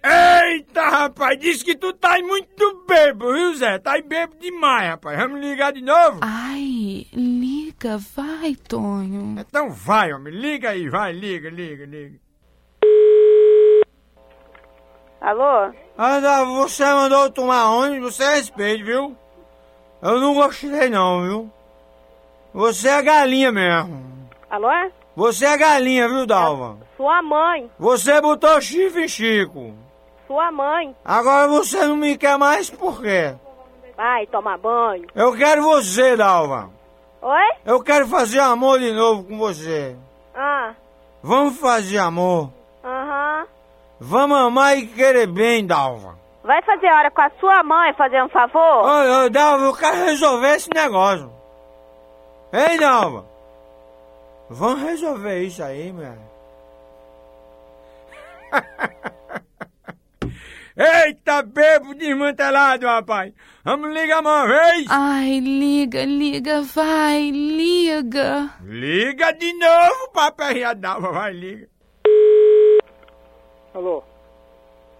S3: Eita, rapaz, disse que tu tá muito bebo, viu, Zé? Tá bebo demais, rapaz. Vamos ligar de novo?
S2: Ai, liga, vai, Tonho.
S3: Então vai, homem, liga aí, vai, liga, liga, liga.
S17: Alô?
S3: Anda, Ah, você mandou eu tomar ônibus, você respeita, viu? Eu não gostei não, viu? Você é galinha mesmo.
S17: Alô?
S3: Você é galinha, viu, Dalva?
S17: Sua mãe.
S3: Você botou chifre em Chico.
S17: Sua mãe.
S3: Agora você não me quer mais por quê?
S17: Vai tomar banho.
S3: Eu quero você, Dalva.
S17: Oi?
S3: Eu quero fazer amor de novo com você.
S17: Ah,
S3: Vamos fazer amor.
S17: aham.
S3: Vamos amar e querer bem, Dalva.
S17: Vai fazer hora com a sua mãe fazer um favor?
S3: Ah, Ô, ô, Dalva, eu quero resolver esse negócio. Ei, Dalva.
S11: Vamos resolver isso aí, mulher.
S3: [LAUGHS] Eita, bebo desmantelado, rapaz. Vamos ligar uma vez.
S2: Ai, liga, liga, vai, liga.
S3: Liga de novo, papai Riadalva, vai, liga.
S8: Alô?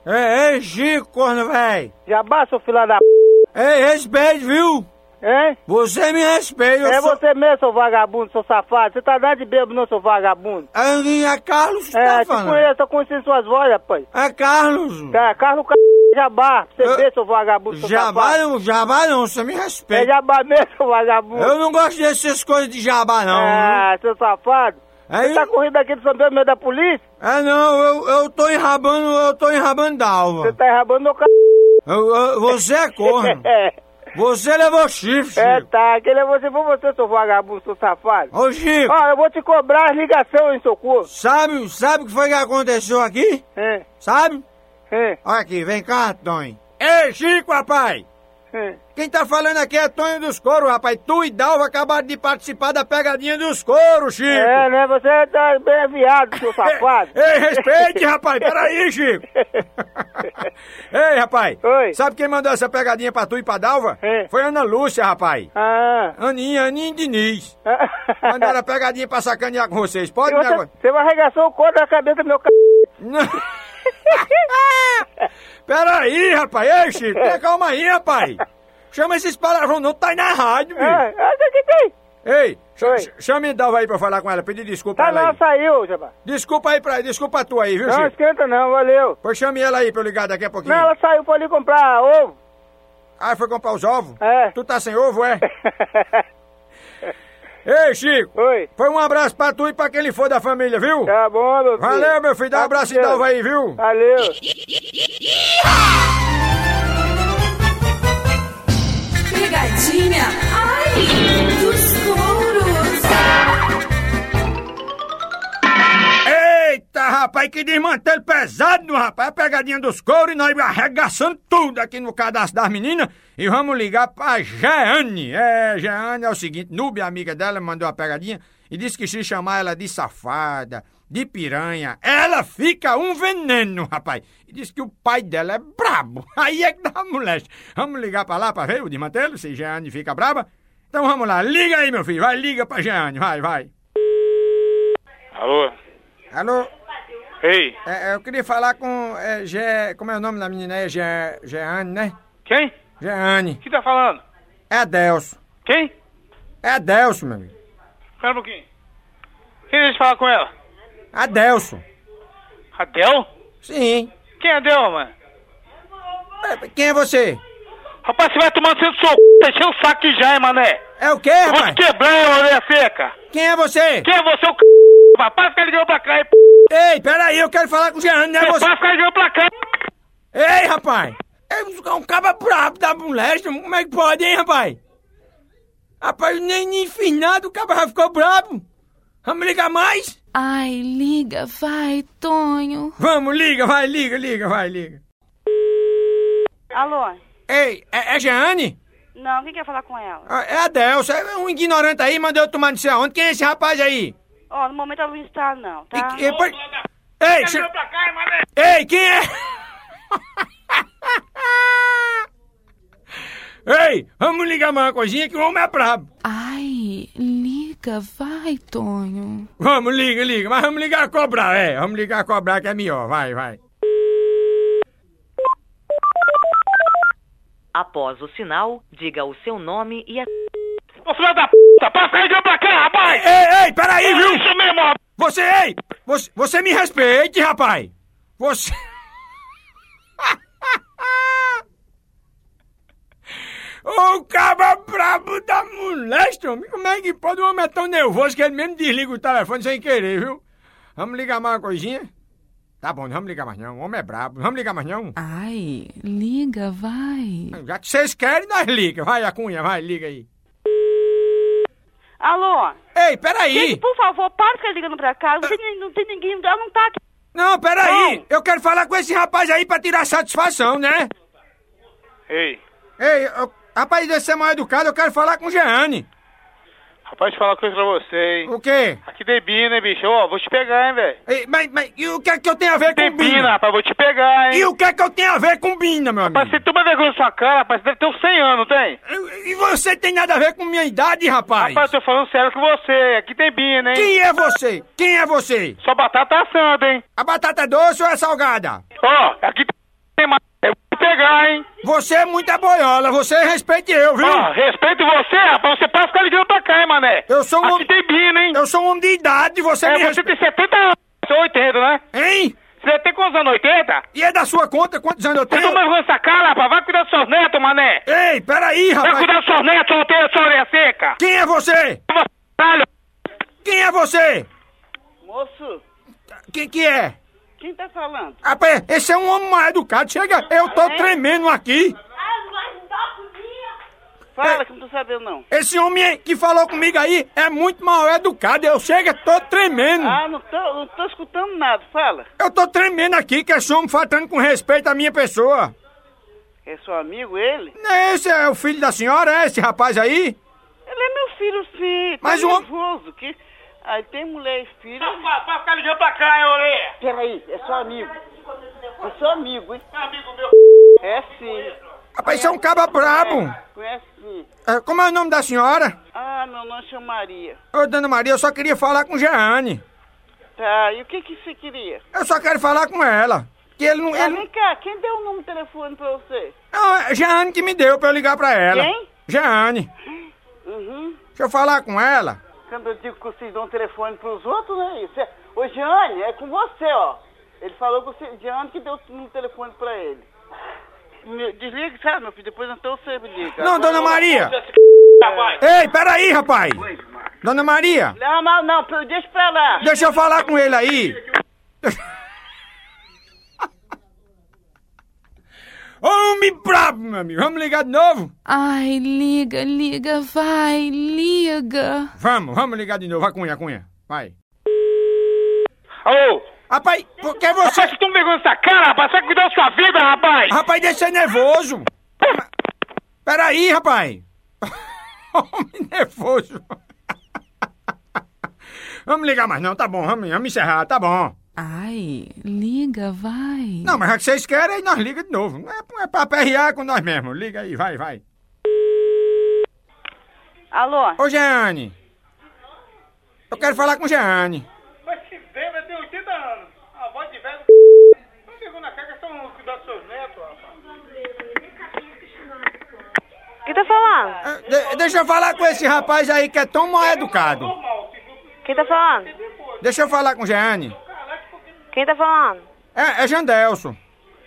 S3: Ei, ei, Chico, corno, véi.
S8: Jabá, seu filho da p...
S3: Ei, respeite, viu?
S8: Hein?
S3: Você me respeita, eu
S8: É
S3: sou...
S8: você mesmo, seu vagabundo, seu safado. Você tá dando de bebo, não, seu vagabundo?
S3: É Aninha Carlos que
S8: É,
S3: tá
S8: te
S3: falando.
S8: conheço, eu conheci suas vozes, rapaz.
S3: É Carlos.
S8: Tá, Carlos C... Jabá, pra você tá ver, seu vagabundo, seu
S3: Jabá
S8: safado.
S3: não, jabá não, você me
S8: É
S3: respeita.
S8: jabá mesmo, seu vagabundo.
S3: Eu não gosto dessas coisas de jabá, não.
S8: Ah, seu safado.
S3: Aí-
S8: Você tá correndo aqui do São Pedro, no meio da polícia?
S3: É, não, eu, eu tô enrabando, eu tô enrabando Dalva.
S8: Você tá enrabando meu c...
S3: Eu- eu- você é corno.
S8: [LAUGHS] É.
S3: Você levou chifre,
S8: É,
S3: Chico.
S8: tá. Aquele é você foi você, seu vagabundo, seu safado.
S3: Ô, Chico.
S8: Ó, Ah, eu vou te cobrar as ligações, hein, seu cu.
S3: Sabe, sabe o que foi que aconteceu aqui?
S8: É,
S3: Sabe?
S8: é,
S3: Olha aqui, vem cá, Tonho. Ei, Chico, rapaz!
S8: é.
S3: Quem tá falando aqui é Tonho dos Coros, rapaz. Tu e Dalva acabaram de participar da pegadinha dos coros, Chico.
S8: É, né? Você tá bem
S3: [LAUGHS]
S8: aviado, seu safado.
S3: Ei, respeite, rapaz. Peraí,
S8: [LAUGHS]
S3: Chico. Ei, rapaz.
S8: Oi.
S3: Sabe quem mandou essa pegadinha pra tu e pra Dalva? Foi Ana Lúcia, rapaz.
S8: Ah.
S3: Aninha, Aninha e
S8: [LAUGHS]
S3: Diniz. Mandaram a pegadinha pra sacanear com vocês. Pode,
S8: E
S3: né?
S8: você,
S3: agora?
S8: você vai arregaçar o couro da cabeça do meu c...
S3: Não. Peraí, rapaz. Ei, Chico,
S8: É.
S3: tenha calma aí, rapaz. Chama esses palavrão não, tá aí na rádio, bicho.
S8: Ah, olha o que tem.
S3: Ei, ch
S8: Oi.
S3: ch- chama a Dalva aí pra falar com ela, pedir desculpa a
S8: Tá
S3: ela
S8: não,
S3: aí.
S8: saiu, Jabá. Tá
S3: Desculpa aí pra desculpa a tua aí, viu,
S8: Não,
S3: Chico?
S8: esquenta não, valeu.
S3: Pois chame ela aí pra eu ligar daqui a pouquinho.
S8: Não, ela saiu pra ali comprar ovo.
S3: Ah, foi comprar os ovos?
S8: É.
S3: Tu tá sem ovo,
S8: [LAUGHS]
S3: é? Ei, Chico.
S8: Oi.
S3: Foi um abraço pra tu e pra quem lhe for da família, viu?
S8: Tá bom, meu filho.
S3: Valeu, meu filho. Dá um
S8: Tá
S3: abraço e
S8: com Deus.
S3: Dalva aí, viu?
S8: Valeu.
S7: Pegadinha, ai, dos touros.
S3: Eita, rapaz, que desmantelo pesado, rapaz. A pegadinha dos couros e nós arregaçando tudo aqui no cadastro das meninas. E vamos ligar pra Jeane. É, Jeane é o seguinte: Nube, amiga dela, mandou a pegadinha e disse que se chamar ela de safada, de piranha, ela fica um veneno, rapaz. E disse que o pai dela é brabo. [LAUGHS] Aí é que dá moleste. Vamos ligar pra lá pra ver o desmantelo, se Jeane fica braba. Então vamos lá, liga aí, meu filho. Vai, liga pra Jeane, vai, vai.
S20: Alô?
S3: Alô?
S20: Ei,
S3: É, é, eu queria falar com. É, Ge- como é o nome da menina? É Ge, Geane, né?
S20: Quem?
S3: Geane.
S20: quem tá falando?
S3: É Adelso.
S20: Quem?
S3: É Adelso, meu amigo.
S20: Espera um pouquinho. Quem deixa eu falar com ela?
S3: Adelso.
S20: Adel?
S3: Sim.
S20: Quem é Adel, mano?
S3: É, Quem é você?
S20: Rapaz, você vai tomar no centro do seu c...
S21: tá
S20: Deixa o saco aqui já, hein, mané?
S3: É o quê,
S20: Eu vou te
S3: rapaz?
S20: quebrar, hein, mané seca.
S3: Quem é você?
S20: Quem é você, o c... Rapaz, para ficar ligando pra cá, hein, p...
S3: Ei, peraí, eu quero falar com o Geane, não é você?
S20: Para ficar ligando pra cá.
S3: Ei, rapaz! É um é um caba brabo da moléstia, como é que pode, hein, rapaz? Rapaz, eu nem, nem fiz nada, o caba já ficou brabo. Vamos ligar mais?
S2: Ai, liga, vai, Tonho.
S3: Vamos, liga, vai, liga, liga, vai, liga. é.
S17: Alô?
S3: Ei, é, é Jeane?
S17: Não, quem quer falar com ela?
S3: Ah, É Adelso, é um ignorante aí, mandou eu tomar não sei aonde. Quem é esse rapaz aí?
S17: Ó, no momento ela não está, não,
S3: E-
S17: tá?
S3: e- é por- Ei, che-
S20: pra cá, né? hein, mané?
S3: Ei, quem é? [LAUGHS] Ei, vamos ligar mais uma coisinha que o homem é brabo.
S2: Ai, liga, vai, Tonho.
S3: Vamos, liga, liga, mas vamos ligar a cobrar, é. Vamos ligar a cobrar que é melhor, vai, vai.
S6: Após o sinal, diga o seu nome e a
S20: Ô, filho da p... Para ficar ligando pra cá, rapaz.
S3: Ei, ei, peraí,
S20: É
S3: viu?
S20: isso mesmo, rapaz.
S3: Você, ei, você, você me respeite, rapaz. Você... [LAUGHS] O cabra brabo da moléstia, homem. Como é que pode? O homem é tão nervoso que ele mesmo desliga o telefone sem querer, viu? Vamos ligar mais uma coisinha? Tá bom, não vamos ligar mais não. O homem é brabo. Não vamos ligar mais não.
S2: Ai, liga, vai.
S3: Já que vocês querem, nós liga. Vai, a cunha, vai, liga aí.
S17: Alô?
S3: Ei, peraí.
S17: Gente, por favor, para de ficar ligando pra cá. Não tem, não tem ninguém, ela não tá aqui.
S3: Não, peraí. Eu quero falar com esse rapaz aí pra tirar satisfação, né?
S20: Ei,
S3: Ei, eu, rapaz, você é mal educado, eu quero falar com o Jeane.
S21: Rapaz, falar uma coisa pra você, hein?
S3: O quê?
S21: Aqui debina, hein, bicho? Ó, vou te pegar, hein, velho?
S3: Ei, Mas, mas e o que é que eu tenho a ver com
S21: Debina,
S3: Bina?
S21: rapaz, vou te pegar, hein?
S3: E o que é que eu tenho a ver com Bina, meu amigo?
S21: Rapaz, você toma vergonha na sua cara, rapaz. Você deve ter uns 100 anos, não tem?
S3: E você tem nada a ver com minha idade, rapaz?
S21: Rapaz, eu tô falando sério com você. Aqui tem Bina, hein?
S3: Quem é você? Quem é você?
S21: Sua batata assada, hein?
S3: A batata é doce ou é salgada?
S21: Ó, aqui tem mais. Eu vou te pegar, hein?
S3: Você é muita boiola, você respeite eu, viu?
S5: ah,
S21: Ó, respeito você, rapaz. Você passa ficar ligando pra cá, hein, mané?
S3: Eu sou um
S21: Aqui
S3: homem-
S21: tem Bina, hein?
S3: Eu sou um homem de idade, você
S21: É,
S3: me
S21: você
S3: respeita.
S21: tem 70 anos. Você é 80, né?
S3: Hein?
S21: Você deve ter quantos anos? 80?
S3: E é da sua conta quantos anos eu
S21: Você
S3: tenho?
S21: toma vergonha na sua cara, rapaz. Vai cuidar dos seus netos, mané.
S3: Ei, peraí,
S21: Vai cuidar
S3: rapaz.
S21: dos seus netos, solteiro, sua orelha seca.
S3: Quem é você?
S21: Caralho.
S3: Quem é você?
S22: Moço,
S3: Quem que é?
S22: quem tá falando?
S3: Rapaz, esse é um homem mal educado. Chega, eu tô tremendo aqui.
S22: Fala que não tô sabendo não.
S3: É. Esse homem que falou comigo aí é muito mal educado. Eu chego, tô tremendo.
S22: Ah, não tô, não tô escutando nada, fala.
S3: Eu tô tremendo aqui, que esse homem faltando com respeito à minha pessoa.
S22: É seu amigo ele?
S3: Esse é o filho da senhora, é esse rapaz aí?
S22: Ele é meu filho sim, tá
S3: Mas o homem-
S22: nervoso que... Aí tem mulher e filho...
S21: Vai ficar ligando pra cá, hein, orelha.
S22: Peraí, é seu amigo. É seu amigo, hein?
S21: Amigo meu.
S22: É sim.
S3: Rapaz, isso é um caba brabo.
S22: Conhece sim.
S3: É, Como é o nome da senhora?
S22: Ah, meu nome é Maria.
S3: Ô, Dona Maria, eu só queria falar com Jeane.
S22: Tá, e o que que você queria?
S3: Eu só quero falar com ela. Que ele não...
S22: Ah,
S3: Ele...
S22: vem cá, quem deu o número de telefone pra você?
S3: Não, é Jeane que me deu pra eu ligar pra ela.
S22: Quem?
S3: Jeane.
S22: Uhum.
S3: Deixa eu falar com ela.
S22: Quando eu digo que vocês dão um telefone pros outros, não é isso. É... Ô, Jeane, é com você, ó. Ele falou com você, Jeane que deu um telefone pra ele. Me- Desliga, sabe, meu filho? Depois então você me liga.
S3: Não, dona Maria.
S22: assim.
S3: Ei, peraí, rapaz. Dona Maria,
S22: Não, não, não, pô, deixa pra lá.
S3: deixa eu falar com ele aí. [LAUGHS] Homem brabo, meu amigo. Vamos ligar de novo?
S2: Ai, liga, liga, vai, liga.
S3: Vamos, vamos ligar de novo. Vai, Cunha, Cunha. Vai.
S21: Alô?
S3: Rapaz, porque você...
S21: Rapaz, você toma vergonha na sua cara, rapaz. Você vai cuidar da sua vida, rapaz.
S3: Rapaz, deixa eu nervoso. Ma- Peraí, rapaz. [LAUGHS] Homem nervoso. [LAUGHS] Vamos ligar mais não, tá bom. Vamos, vamos encerrar, tá bom.
S2: Ai, liga, vai.
S3: Não, mas já que vocês querem, aí nós liga de novo. Não é, não é pra aperrear com nós mesmos. Liga aí, vai, vai.
S22: Alô?
S3: Ô, Jeane. Eu quero falar com Jeane.
S21: Mas que bêbado, tem 80 anos. A voz de velho. Não vergonha na cara, são cuidar dos seus netos, rapaz.
S23: Quem tá falando?
S3: Ah, De- deixa eu falar com esse rapaz aí que é tão mal educado.
S23: Quem tá falando?
S3: Deixa eu falar com Jeane.
S23: Quem tá falando?
S3: É, é Jandelson.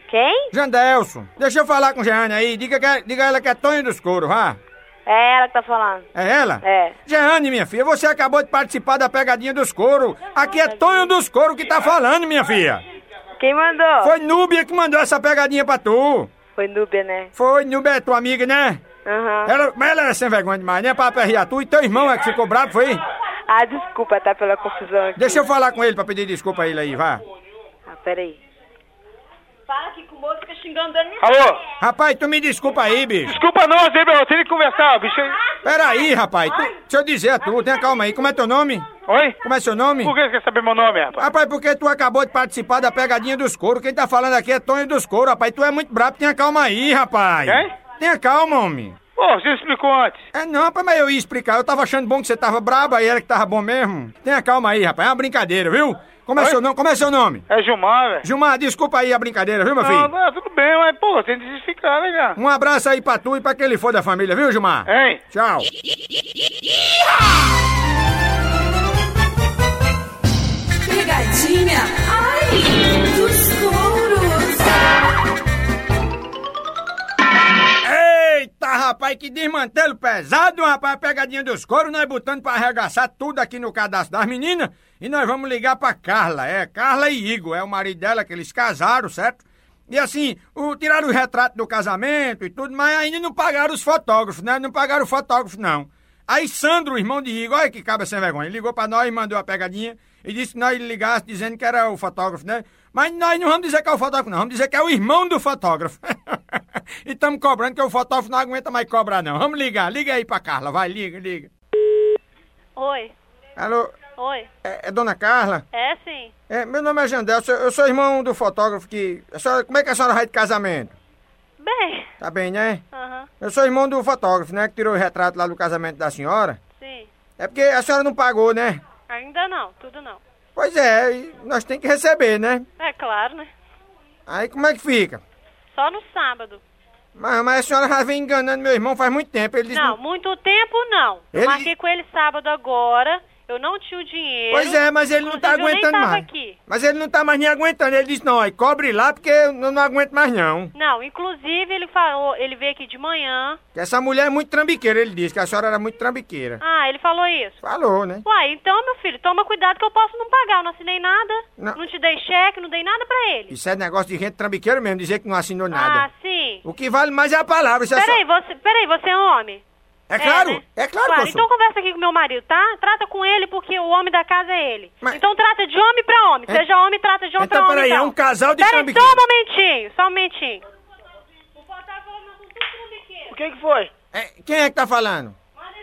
S23: Quem?
S3: Jandelson. Deixa eu falar com Jeane aí. Diga, que, diga ela que é Tonho dos Couro, vá.
S23: É ela que tá falando.
S3: É ela?
S23: É.
S3: Jeane, minha filha, você acabou de participar da pegadinha dos couro. Aqui é Tonho dos couro que tá falando, minha filha.
S23: Quem mandou?
S3: Foi Núbia que mandou essa pegadinha pra tu.
S23: Foi Núbia, né?
S3: Foi, Núbia é tua amiga, né?
S23: Aham.
S3: Ela, mas ela é sem vergonha demais, né? Pra aperrear tu e teu irmão é que ficou bravo, foi?
S23: Ah, desculpa, tá? Pela confusão aqui.
S3: Deixa eu falar com ele pra pedir desculpa a ele aí, vá.
S23: Ah, peraí.
S5: Fala aqui com o moço, fica xingando ele.
S21: Alô?
S3: Rapaz, tu me desculpa aí, bicho.
S21: Desculpa não, Zé, eu tenho que conversar, bicho.
S3: Peraí, rapaz. Tu, deixa eu dizer a tu, tenha calma aí. Como é teu nome?
S21: Oi?
S3: Como é seu nome?
S21: Por que você quer saber meu nome, rapaz?
S3: Rapaz, porque tu acabou de participar da pegadinha dos couro. Quem tá falando aqui é Tonho dos couro, rapaz. Tu é muito brabo, tenha calma aí, rapaz.
S21: Quem?
S3: Tenha calma, homem.
S21: Pô, você explicou antes.
S3: É não, rapaz, mas eu ia explicar. Eu tava achando bom que você tava brabo, aí era que tava bom mesmo. Tenha calma aí, rapaz. É uma brincadeira, viu? Como é seu nome? Como é seu nome?
S21: É Gilmar, velho.
S3: Gilmar, desculpa aí a brincadeira, viu, meu
S21: Não, é
S3: filho?
S21: não, tudo bem, mas, pô, tem que justificar, né, cara?
S3: Um abraço aí pra tu e pra aquele for da família, viu, Gilmar?
S21: Hein?
S3: Tchau.
S7: Pegadinha, ai, dos touros.
S3: Eita, rapaz, que desmantelo pesado, rapaz. Pegadinha dos coros, nós botando pra arregaçar tudo aqui no cadastro das meninas. E nós vamos ligar pra Carla, é. Carla e Igor, é o marido dela que eles casaram, certo? E assim, o, tiraram o retrato do casamento e tudo, mas ainda não pagaram os fotógrafos, né? Não pagaram o fotógrafo, não. Aí Sandro, irmão de Igor, olha que cabra sem vergonha, ligou pra nós e mandou a pegadinha e disse que nós ligássemos dizendo que era o fotógrafo, né? Mas nós não vamos dizer que é o fotógrafo, não. Vamos dizer que é o irmão do fotógrafo. e estamos cobrando que o fotógrafo não aguenta mais cobrar, não. Vamos ligar. Liga aí pra Carla. Vai, liga, liga.
S17: Oi,
S3: Alô,
S17: oi.
S3: é, é Dona Carla?
S17: É sim.
S3: É, meu nome é Jandel, eu sou, eu sou irmão do fotógrafo que... a senhora- como é que a senhora vai de casamento?
S17: Bem.
S3: Tá bem, né?
S17: Aham,
S3: Eu sou irmão do fotógrafo, né, que tirou o retrato lá do casamento da senhora.
S17: sim.
S3: É porque a senhora não pagou, né?
S17: Ainda não, tudo não.
S3: Pois é, e nós tem que receber, né?
S17: É claro, né?
S3: Aí como é que fica?
S17: Só no sábado.
S3: Mas, mas a senhora já vem enganando meu irmão faz muito tempo. Ele diz,
S17: Não, muito tempo não. Eu
S3: Ele-
S17: marquei com ele sábado agora. Eu não tinha o dinheiro.
S3: Pois é, mas ele não tá
S17: Inclusive, eu nem
S3: aguentando
S17: tava
S3: mais.
S17: Aqui.
S3: Mas ele não tá mais nem aguentando. Ele disse, não, aí cobre lá porque eu não não aguento mais não.
S17: Não, inclusive ele falou, ele veio aqui de manhã.
S3: Que essa mulher é muito trambiqueira, ele disse, que a senhora era muito trambiqueira.
S17: Ah, ele falou isso.
S3: Falou, né?
S17: Uai, então, meu filho, toma cuidado que eu posso não pagar. Eu não assinei nada.
S3: Não.
S17: Não, te dei cheque, não dei nada pra ele.
S3: Isso é negócio de gente trambiqueira mesmo, dizer que não assinou nada.
S17: Ah, sim.
S3: O que vale mais é a palavra. Se a
S17: Peraí,
S3: senhora-
S17: você, peraí, você é homem?
S3: É claro,
S17: né?
S3: é claro, moço.
S17: Então conversa aqui com meu marido, tá? Trata com ele porque o homem da casa é ele. Então trata de homem pra homem.
S3: É-
S17: Seja homem, trata de homem
S3: Então,
S17: pra homem.
S3: peraí, é um casal de
S17: peraí,
S3: trambiqueiro.
S17: Só um momentinho, só um momentinho.
S24: O que que foi?
S17: então-
S3: Quem é que tá falando?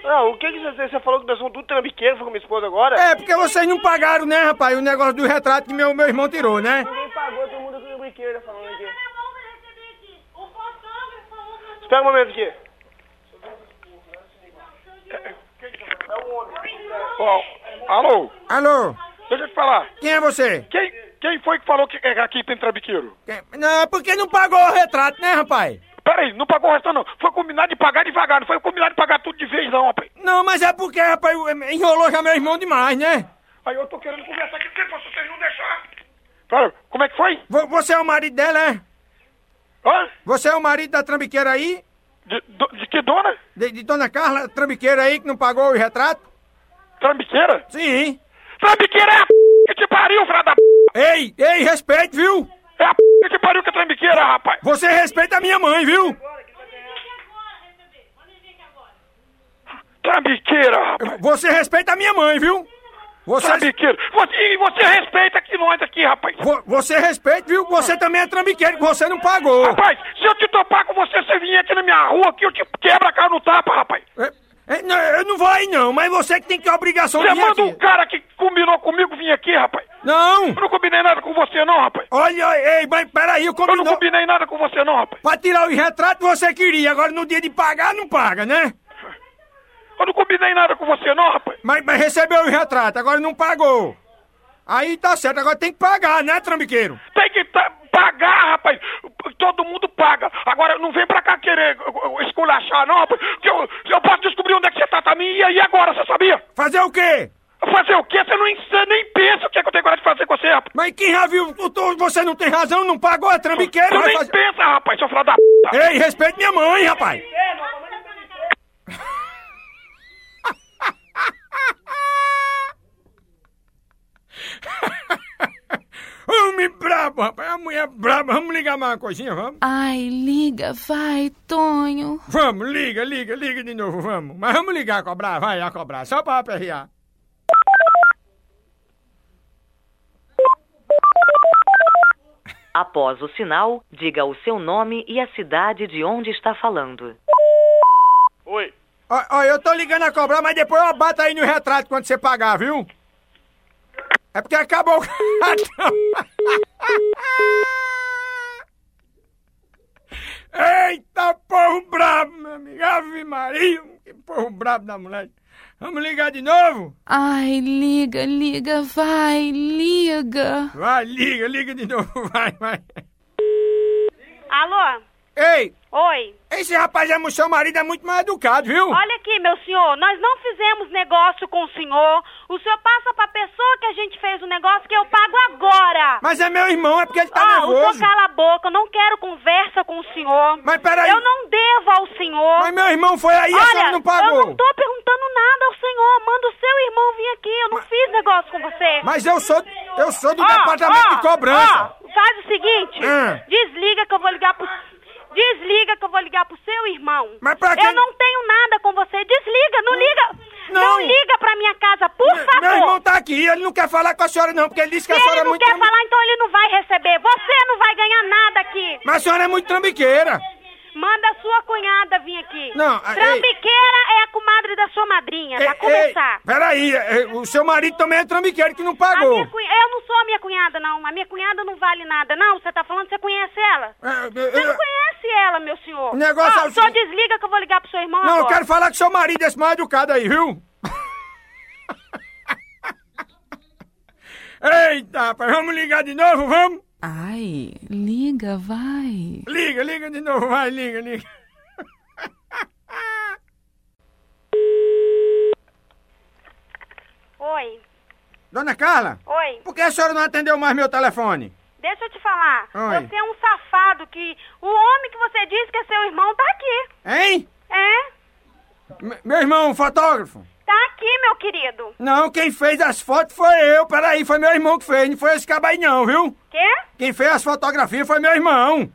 S21: É
S24: Não, o que que você, você falou que nós somos tudo trambiqueiro, foi com minha esposa agora?
S3: É, porque vocês não pagaram, né, rapaz, o negócio do retrato que meu, meu irmão tirou, né?
S24: Ninguém pagou, todo mundo é trambiqueiro falando aqui. Espera um momento aqui.
S4: Ó, alô?
S3: Alô?
S4: Deixa eu te falar.
S3: Quem é você?
S4: Quem, quem foi que falou que é, aqui tem trambiqueiro?
S3: Não, é porque não pagou o retrato, né, rapaz?
S4: Peraí, não pagou o restante não. Foi combinado de pagar devagar, não foi combinado de pagar tudo de vez não, rapaz.
S3: Não, mas é porque, rapaz, enrolou já meu irmão demais, né?
S4: Aí eu tô querendo conversar aqui, porque vocês não deixaram.
S3: Pera, como é que foi? Você é o marido dela, é? Hã? Você é o marido da trambiqueira aí? De, que dona? De, dona Carla, trambiqueira aí, que não pagou o retrato? Trambiqueira? Sim. Trambiqueira é a p... que te pariu, filha da p... Ei, ei, respeite, viu? É a p... que te pariu que é trambiqueira, rapaz. Você respeita a minha mãe, viu? Trambiqueira, rapaz. Você respeita a minha mãe, viu? Você... Trambiqueira. Você, e você respeita aqui nós aqui, rapaz. você respeita, viu? Você também é trambiqueiro, que você não pagou.
S4: Rapaz, se eu te topar com você, você vinha aqui na minha rua, aqui eu te quebra a cara no tapa, rapaz.
S3: É, não, eu não vou aí não, mas você que tem que ter a obrigação
S4: Você
S3: de vir
S4: manda
S3: aqui.
S4: um cara que combinou comigo vir aqui, rapaz.
S3: Não! Eu
S4: não combinei nada com você, não, rapaz.
S3: Olha, ei, mas peraí, eu combinou...
S4: Eu não combinei nada com você, não, rapaz.
S3: Pra tirar o retrato você queria, agora no dia de pagar não paga, né?
S4: Eu não combinei nada com você, não, rapaz.
S3: Mas, mas recebeu o retrato, agora não pagou. Aí tá certo, agora tem que pagar, né, trambiqueiro?
S4: Tem que ta- pagar, rapaz. Todo mundo paga. Agora, não vem pra cá querer eh, eh, esculachar, não, rapaz. Que eu, eu posso descobrir onde é que você tá também. E aí agora, você sabia?
S3: Fazer o quê?
S4: Fazer o quê? Você não você nem pensa o que, é que eu tenho coragem de fazer com você, rapaz.
S3: Mas quem já viu? Tu- tu- Você não tem razão, não pagou, é trambiqueiro.
S4: Você
S3: vai
S4: nem
S3: fazer-
S4: pensa, rapaz, seu filho da p.
S3: Ei, respeite minha mãe, rapaz. [LAUGHS] Homem brabo, rapaz, a mulher braba. Vamos ligar mais uma coisinha, vamos?
S13: Ai, liga, vai, Tonho.
S3: Vamos, liga, liga, liga de novo, vamos. Mas vamos ligar, cobrar, vai, a cobrar, só pra aperrear.
S6: Após o sinal, diga o seu nome e a cidade de onde está falando.
S3: Oi. Ó, ó, eu tô ligando a cobrar, mas depois eu bato aí no retrato quando você pagar, viu? É porque acabou o cartão. [LAUGHS] Eita, povo brabo, meu amigo. Ave Maria, que povo brabo da mulher. Vamos ligar de novo?
S13: Ai, liga, liga, vai, liga.
S3: Vai, liga, liga de novo, [LAUGHS] vai, vai.
S17: Alô?
S3: Ei!
S17: Oi!
S3: Esse rapaz é mu- seu marido, é muito mais educado, viu?
S17: Olha aqui, meu senhor, nós não fizemos negócio com o senhor. O senhor passa pra pessoa que a gente fez o negócio que eu pago agora.
S3: Mas é meu irmão, é porque ele tá
S17: Ó, o
S3: nervoso.
S17: senhor cala a boca, eu não quero conversa com o senhor.
S3: Mas peraí.
S17: Eu não devo ao senhor.
S3: Mas meu irmão foi aí, a
S17: Olha,
S3: senhora não pagou.
S17: eu não tô perguntando nada ao senhor. Manda o seu irmão vir aqui, eu não fiz negócio com você.
S3: Mas eu sou, eu sou do
S17: Ó,
S3: departamento
S17: ó,
S3: de cobrança.
S17: ó, Ah, faz o seguinte,
S3: Hum.
S17: desliga que eu vou ligar pro... Desliga que eu vou ligar pro seu irmão.
S3: Mas pra
S17: Eu
S3: quem- Hum.
S17: não tenho nada com você. Desliga, não liga.
S3: Não.
S17: liga pra minha casa, por favor.
S3: Meu irmão tá aqui, ele não quer falar com a senhora não, porque ele disse
S17: Se
S3: que a senhora
S17: ele
S3: é
S17: não
S3: muito...
S17: quer
S3: trambi-
S17: falar, então ele não vai receber. Você não vai ganhar nada aqui.
S3: Mas a senhora é muito trambiqueira.
S17: Manda a sua cunhada vir aqui.
S3: Não, a- ei.
S17: Trambiqueira é a comadre da sua madrinha, pra começar.
S3: Peraí, é, o seu marido também é trambiqueiro que não
S17: A
S3: pagou.
S17: minha cunha- Eu não sou a minha cunhada, não. A minha cunhada não vale nada, não. Você tá falando que você conhece ela? Você não conhece ela, meu senhor.
S3: É, O negócio
S17: Ó,
S3: é o
S17: só
S3: seguinte-
S17: desliga que eu vou ligar pro seu irmão
S3: Não, eu
S17: agora.
S3: quero falar com seu marido, é esse mal educado aí, viu? [LAUGHS] Eita, rapaz, vamos ligar de novo, vamos?
S2: Ai, liga, vai.
S3: Liga, liga de novo, vai, liga, liga.
S17: Oi,
S3: Dona Carla,
S17: oi.
S3: por que a senhora não atendeu mais meu telefone?
S17: Deixa eu te falar.
S3: Oi.
S17: Você é um safado que... O homem que você disse que é seu irmão tá aqui.
S3: Hein?
S17: É?
S3: M- meu irmão, um fotógrafo?
S17: Tá aqui, meu querido.
S3: Não, quem fez as fotos foi eu, peraí, foi meu irmão que fez, não foi esse cabo aí não, viu?
S17: Quê?
S3: Quem fez as fotografias foi meu irmão.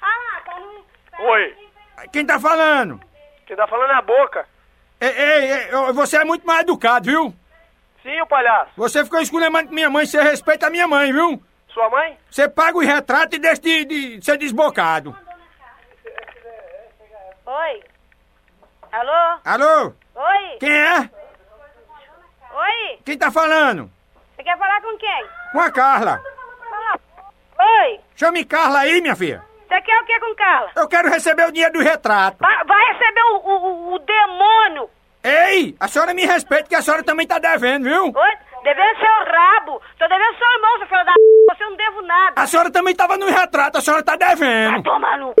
S17: Ah, tá não...
S20: Oi.
S3: Quem tá falando?
S20: Quem tá falando é a boca.
S3: Ei, ei, ei, eu- você é muito mal educado, viu?
S20: Sim, o palhaço.
S3: Você ficou esculhambando com minha mãe, você respeita a minha mãe, viu?
S20: Sua mãe?
S3: Você paga o retrato e deixa de, de ser desbocado.
S17: Oi. Alô?
S3: Alô?
S17: Oi?
S3: Quem é?
S17: Oi?
S3: Quem tá falando?
S17: Você quer falar com quem?
S3: Com a Carla.
S17: Oi?
S3: Chame Carla aí, minha filha.
S17: Você quer o que com Carla?
S3: Eu quero receber o dinheiro do retrato.
S17: Vai, vai receber o, o, o- o demônio.
S3: Ei, a senhora me respeita que a senhora também tá devendo, viu?
S17: Oi? Devendo seu rabo. Tô devendo seu irmão, seu filho da... p***. Você não devo nada.
S3: A senhora também tava no retrato, a senhora tá devendo. Vai
S17: tomar no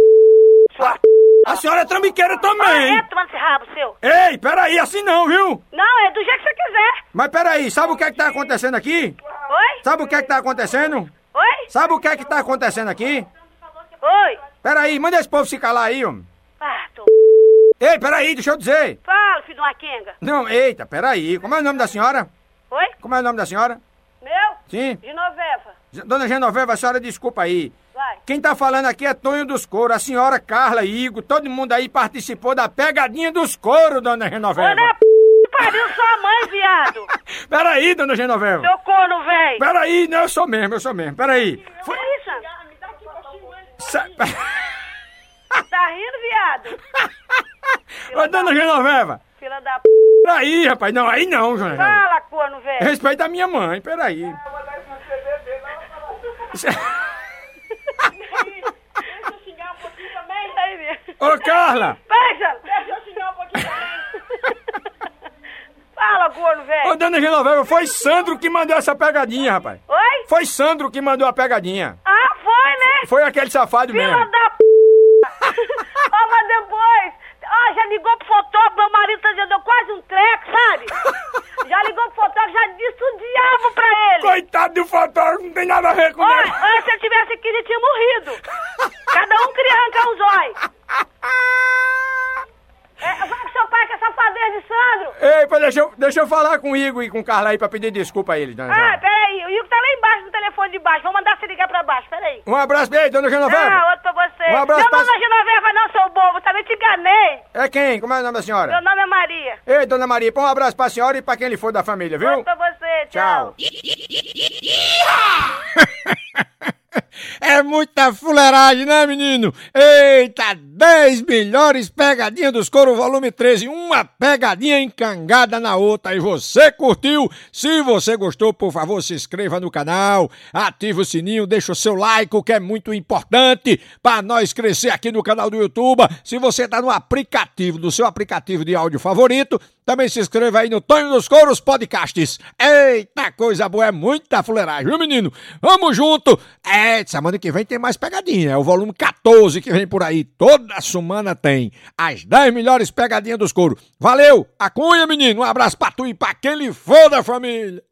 S3: Sua A senhora é trambiqueira também.
S17: É, tomando esse rabo seu.
S3: Ei, peraí, assim não, viu?
S17: Não, é do jeito que você quiser.
S3: Mas peraí, sabe o que é que tá acontecendo aqui?
S17: Oi?
S3: Sabe o que é que tá acontecendo?
S17: Oi?
S3: Sabe o que é que tá acontecendo aqui?
S17: Oi?
S3: Peraí, manda esse povo se calar aí, homem.
S17: Ah, tô...
S3: Ei, peraí, deixa eu dizer.
S17: Fala, filho de uma quenga.
S3: Não, eita, peraí. Como é o nome da senhora?
S17: Oi?
S3: Como é o nome da senhora?
S17: Meu?
S3: Sim.
S17: Genoveva.
S3: Ge- Dona Genoveva, a senhora desculpa aí.
S17: Vai.
S3: Quem tá falando aqui é Tonho dos Couro, a senhora Carla, Igor, todo mundo aí participou da pegadinha dos couro, dona Genoveva.
S17: Olha a p... que pariu sua mãe, viado.
S3: Peraí, dona Genoveva.
S17: Seu corno, velho.
S3: Peraí, não, eu sou mesmo, eu sou mesmo. Peraí.
S17: Foi isso?
S3: Sa- [LAUGHS]
S17: Tá rindo, viado?
S3: Ô, dona Genoveva.
S17: Fila da p...
S3: Peraí, rapaz. Não, aí não, dona Genoveva.
S17: Fala, corno, velho.
S3: Respeita a minha mãe, peraí. [LAUGHS]
S17: Deixa eu xingar um pouquinho também, tá aí mesmo.
S3: Ô, Carla.
S17: Deixa! Deixa eu xingar um pouquinho também. Fala, corno, velho.
S3: Ô, dona Genoveva, foi Sandro que mandou essa pegadinha, rapaz.
S17: Oi?
S3: Foi Sandro que mandou a pegadinha.
S17: Ah, foi, né?
S3: Foi aquele safado
S17: Fila
S3: mesmo.
S17: da p... [LAUGHS] Ó, mas depois... Ó, já ligou pro fotógrafo, meu marido tá dizendo, deu quase um treco,
S3: [LAUGHS]
S17: sabe? Já ligou pro fotógrafo, já disse o diabo pra ele.
S3: Coitado né? do fotógrafo, não tem nada a ver com
S17: Olha,
S3: ele.
S17: antes se eu tivesse aqui, ele tinha morrido. Cada um queria arrancar um zóio. É, vai com seu pai que é safadez de Sandro.
S3: Ei, pô, deixa eu, deixa eu falar com o Igor e com o Carla aí pra pedir desculpa a eles, dona
S17: Ah,
S3: Genoveva.
S17: peraí, o Igor tá lá embaixo no telefone de baixo. Vou mandar você ligar pra baixo, peraí.
S3: Um abraço, ei, dona
S17: Ah,
S3: Genoveva.
S17: outro pra você.
S3: Um abraço
S17: Meu nome
S3: pra-
S17: é Genoveva, não sou bobo, também te enganei.
S3: É quem? Como é o nome da senhora?
S17: Meu nome é Maria.
S3: Ei, dona Maria, põe um abraço pra senhora e pra quem ele for da família, viu?
S17: Outro pra você,
S3: Tchau.
S17: tchau.
S1: É muita fuleiragem, né, menino? Eita, 10 melhores pegadinhas dos couro, volume 13. Uma pegadinha encangada na outra. E você curtiu? Se você gostou, por favor, se inscreva no canal, ative o sininho, deixa o seu like, o que é muito importante para nós crescer aqui no canal do YouTube. Se você tá no aplicativo, do seu aplicativo de áudio favorito, também se inscreva aí no Tonho dos Couros Podcasts. Eita, coisa boa, é muita fuleiragem, viu, menino? Vamos junto! É, semana que vem tem mais pegadinha. É o volume 14 que vem por aí. Toda semana tem as 10 melhores pegadinhas dos couros. Valeu! Acunha, menino! Um abraço pra tu e pra quem lhe for da família!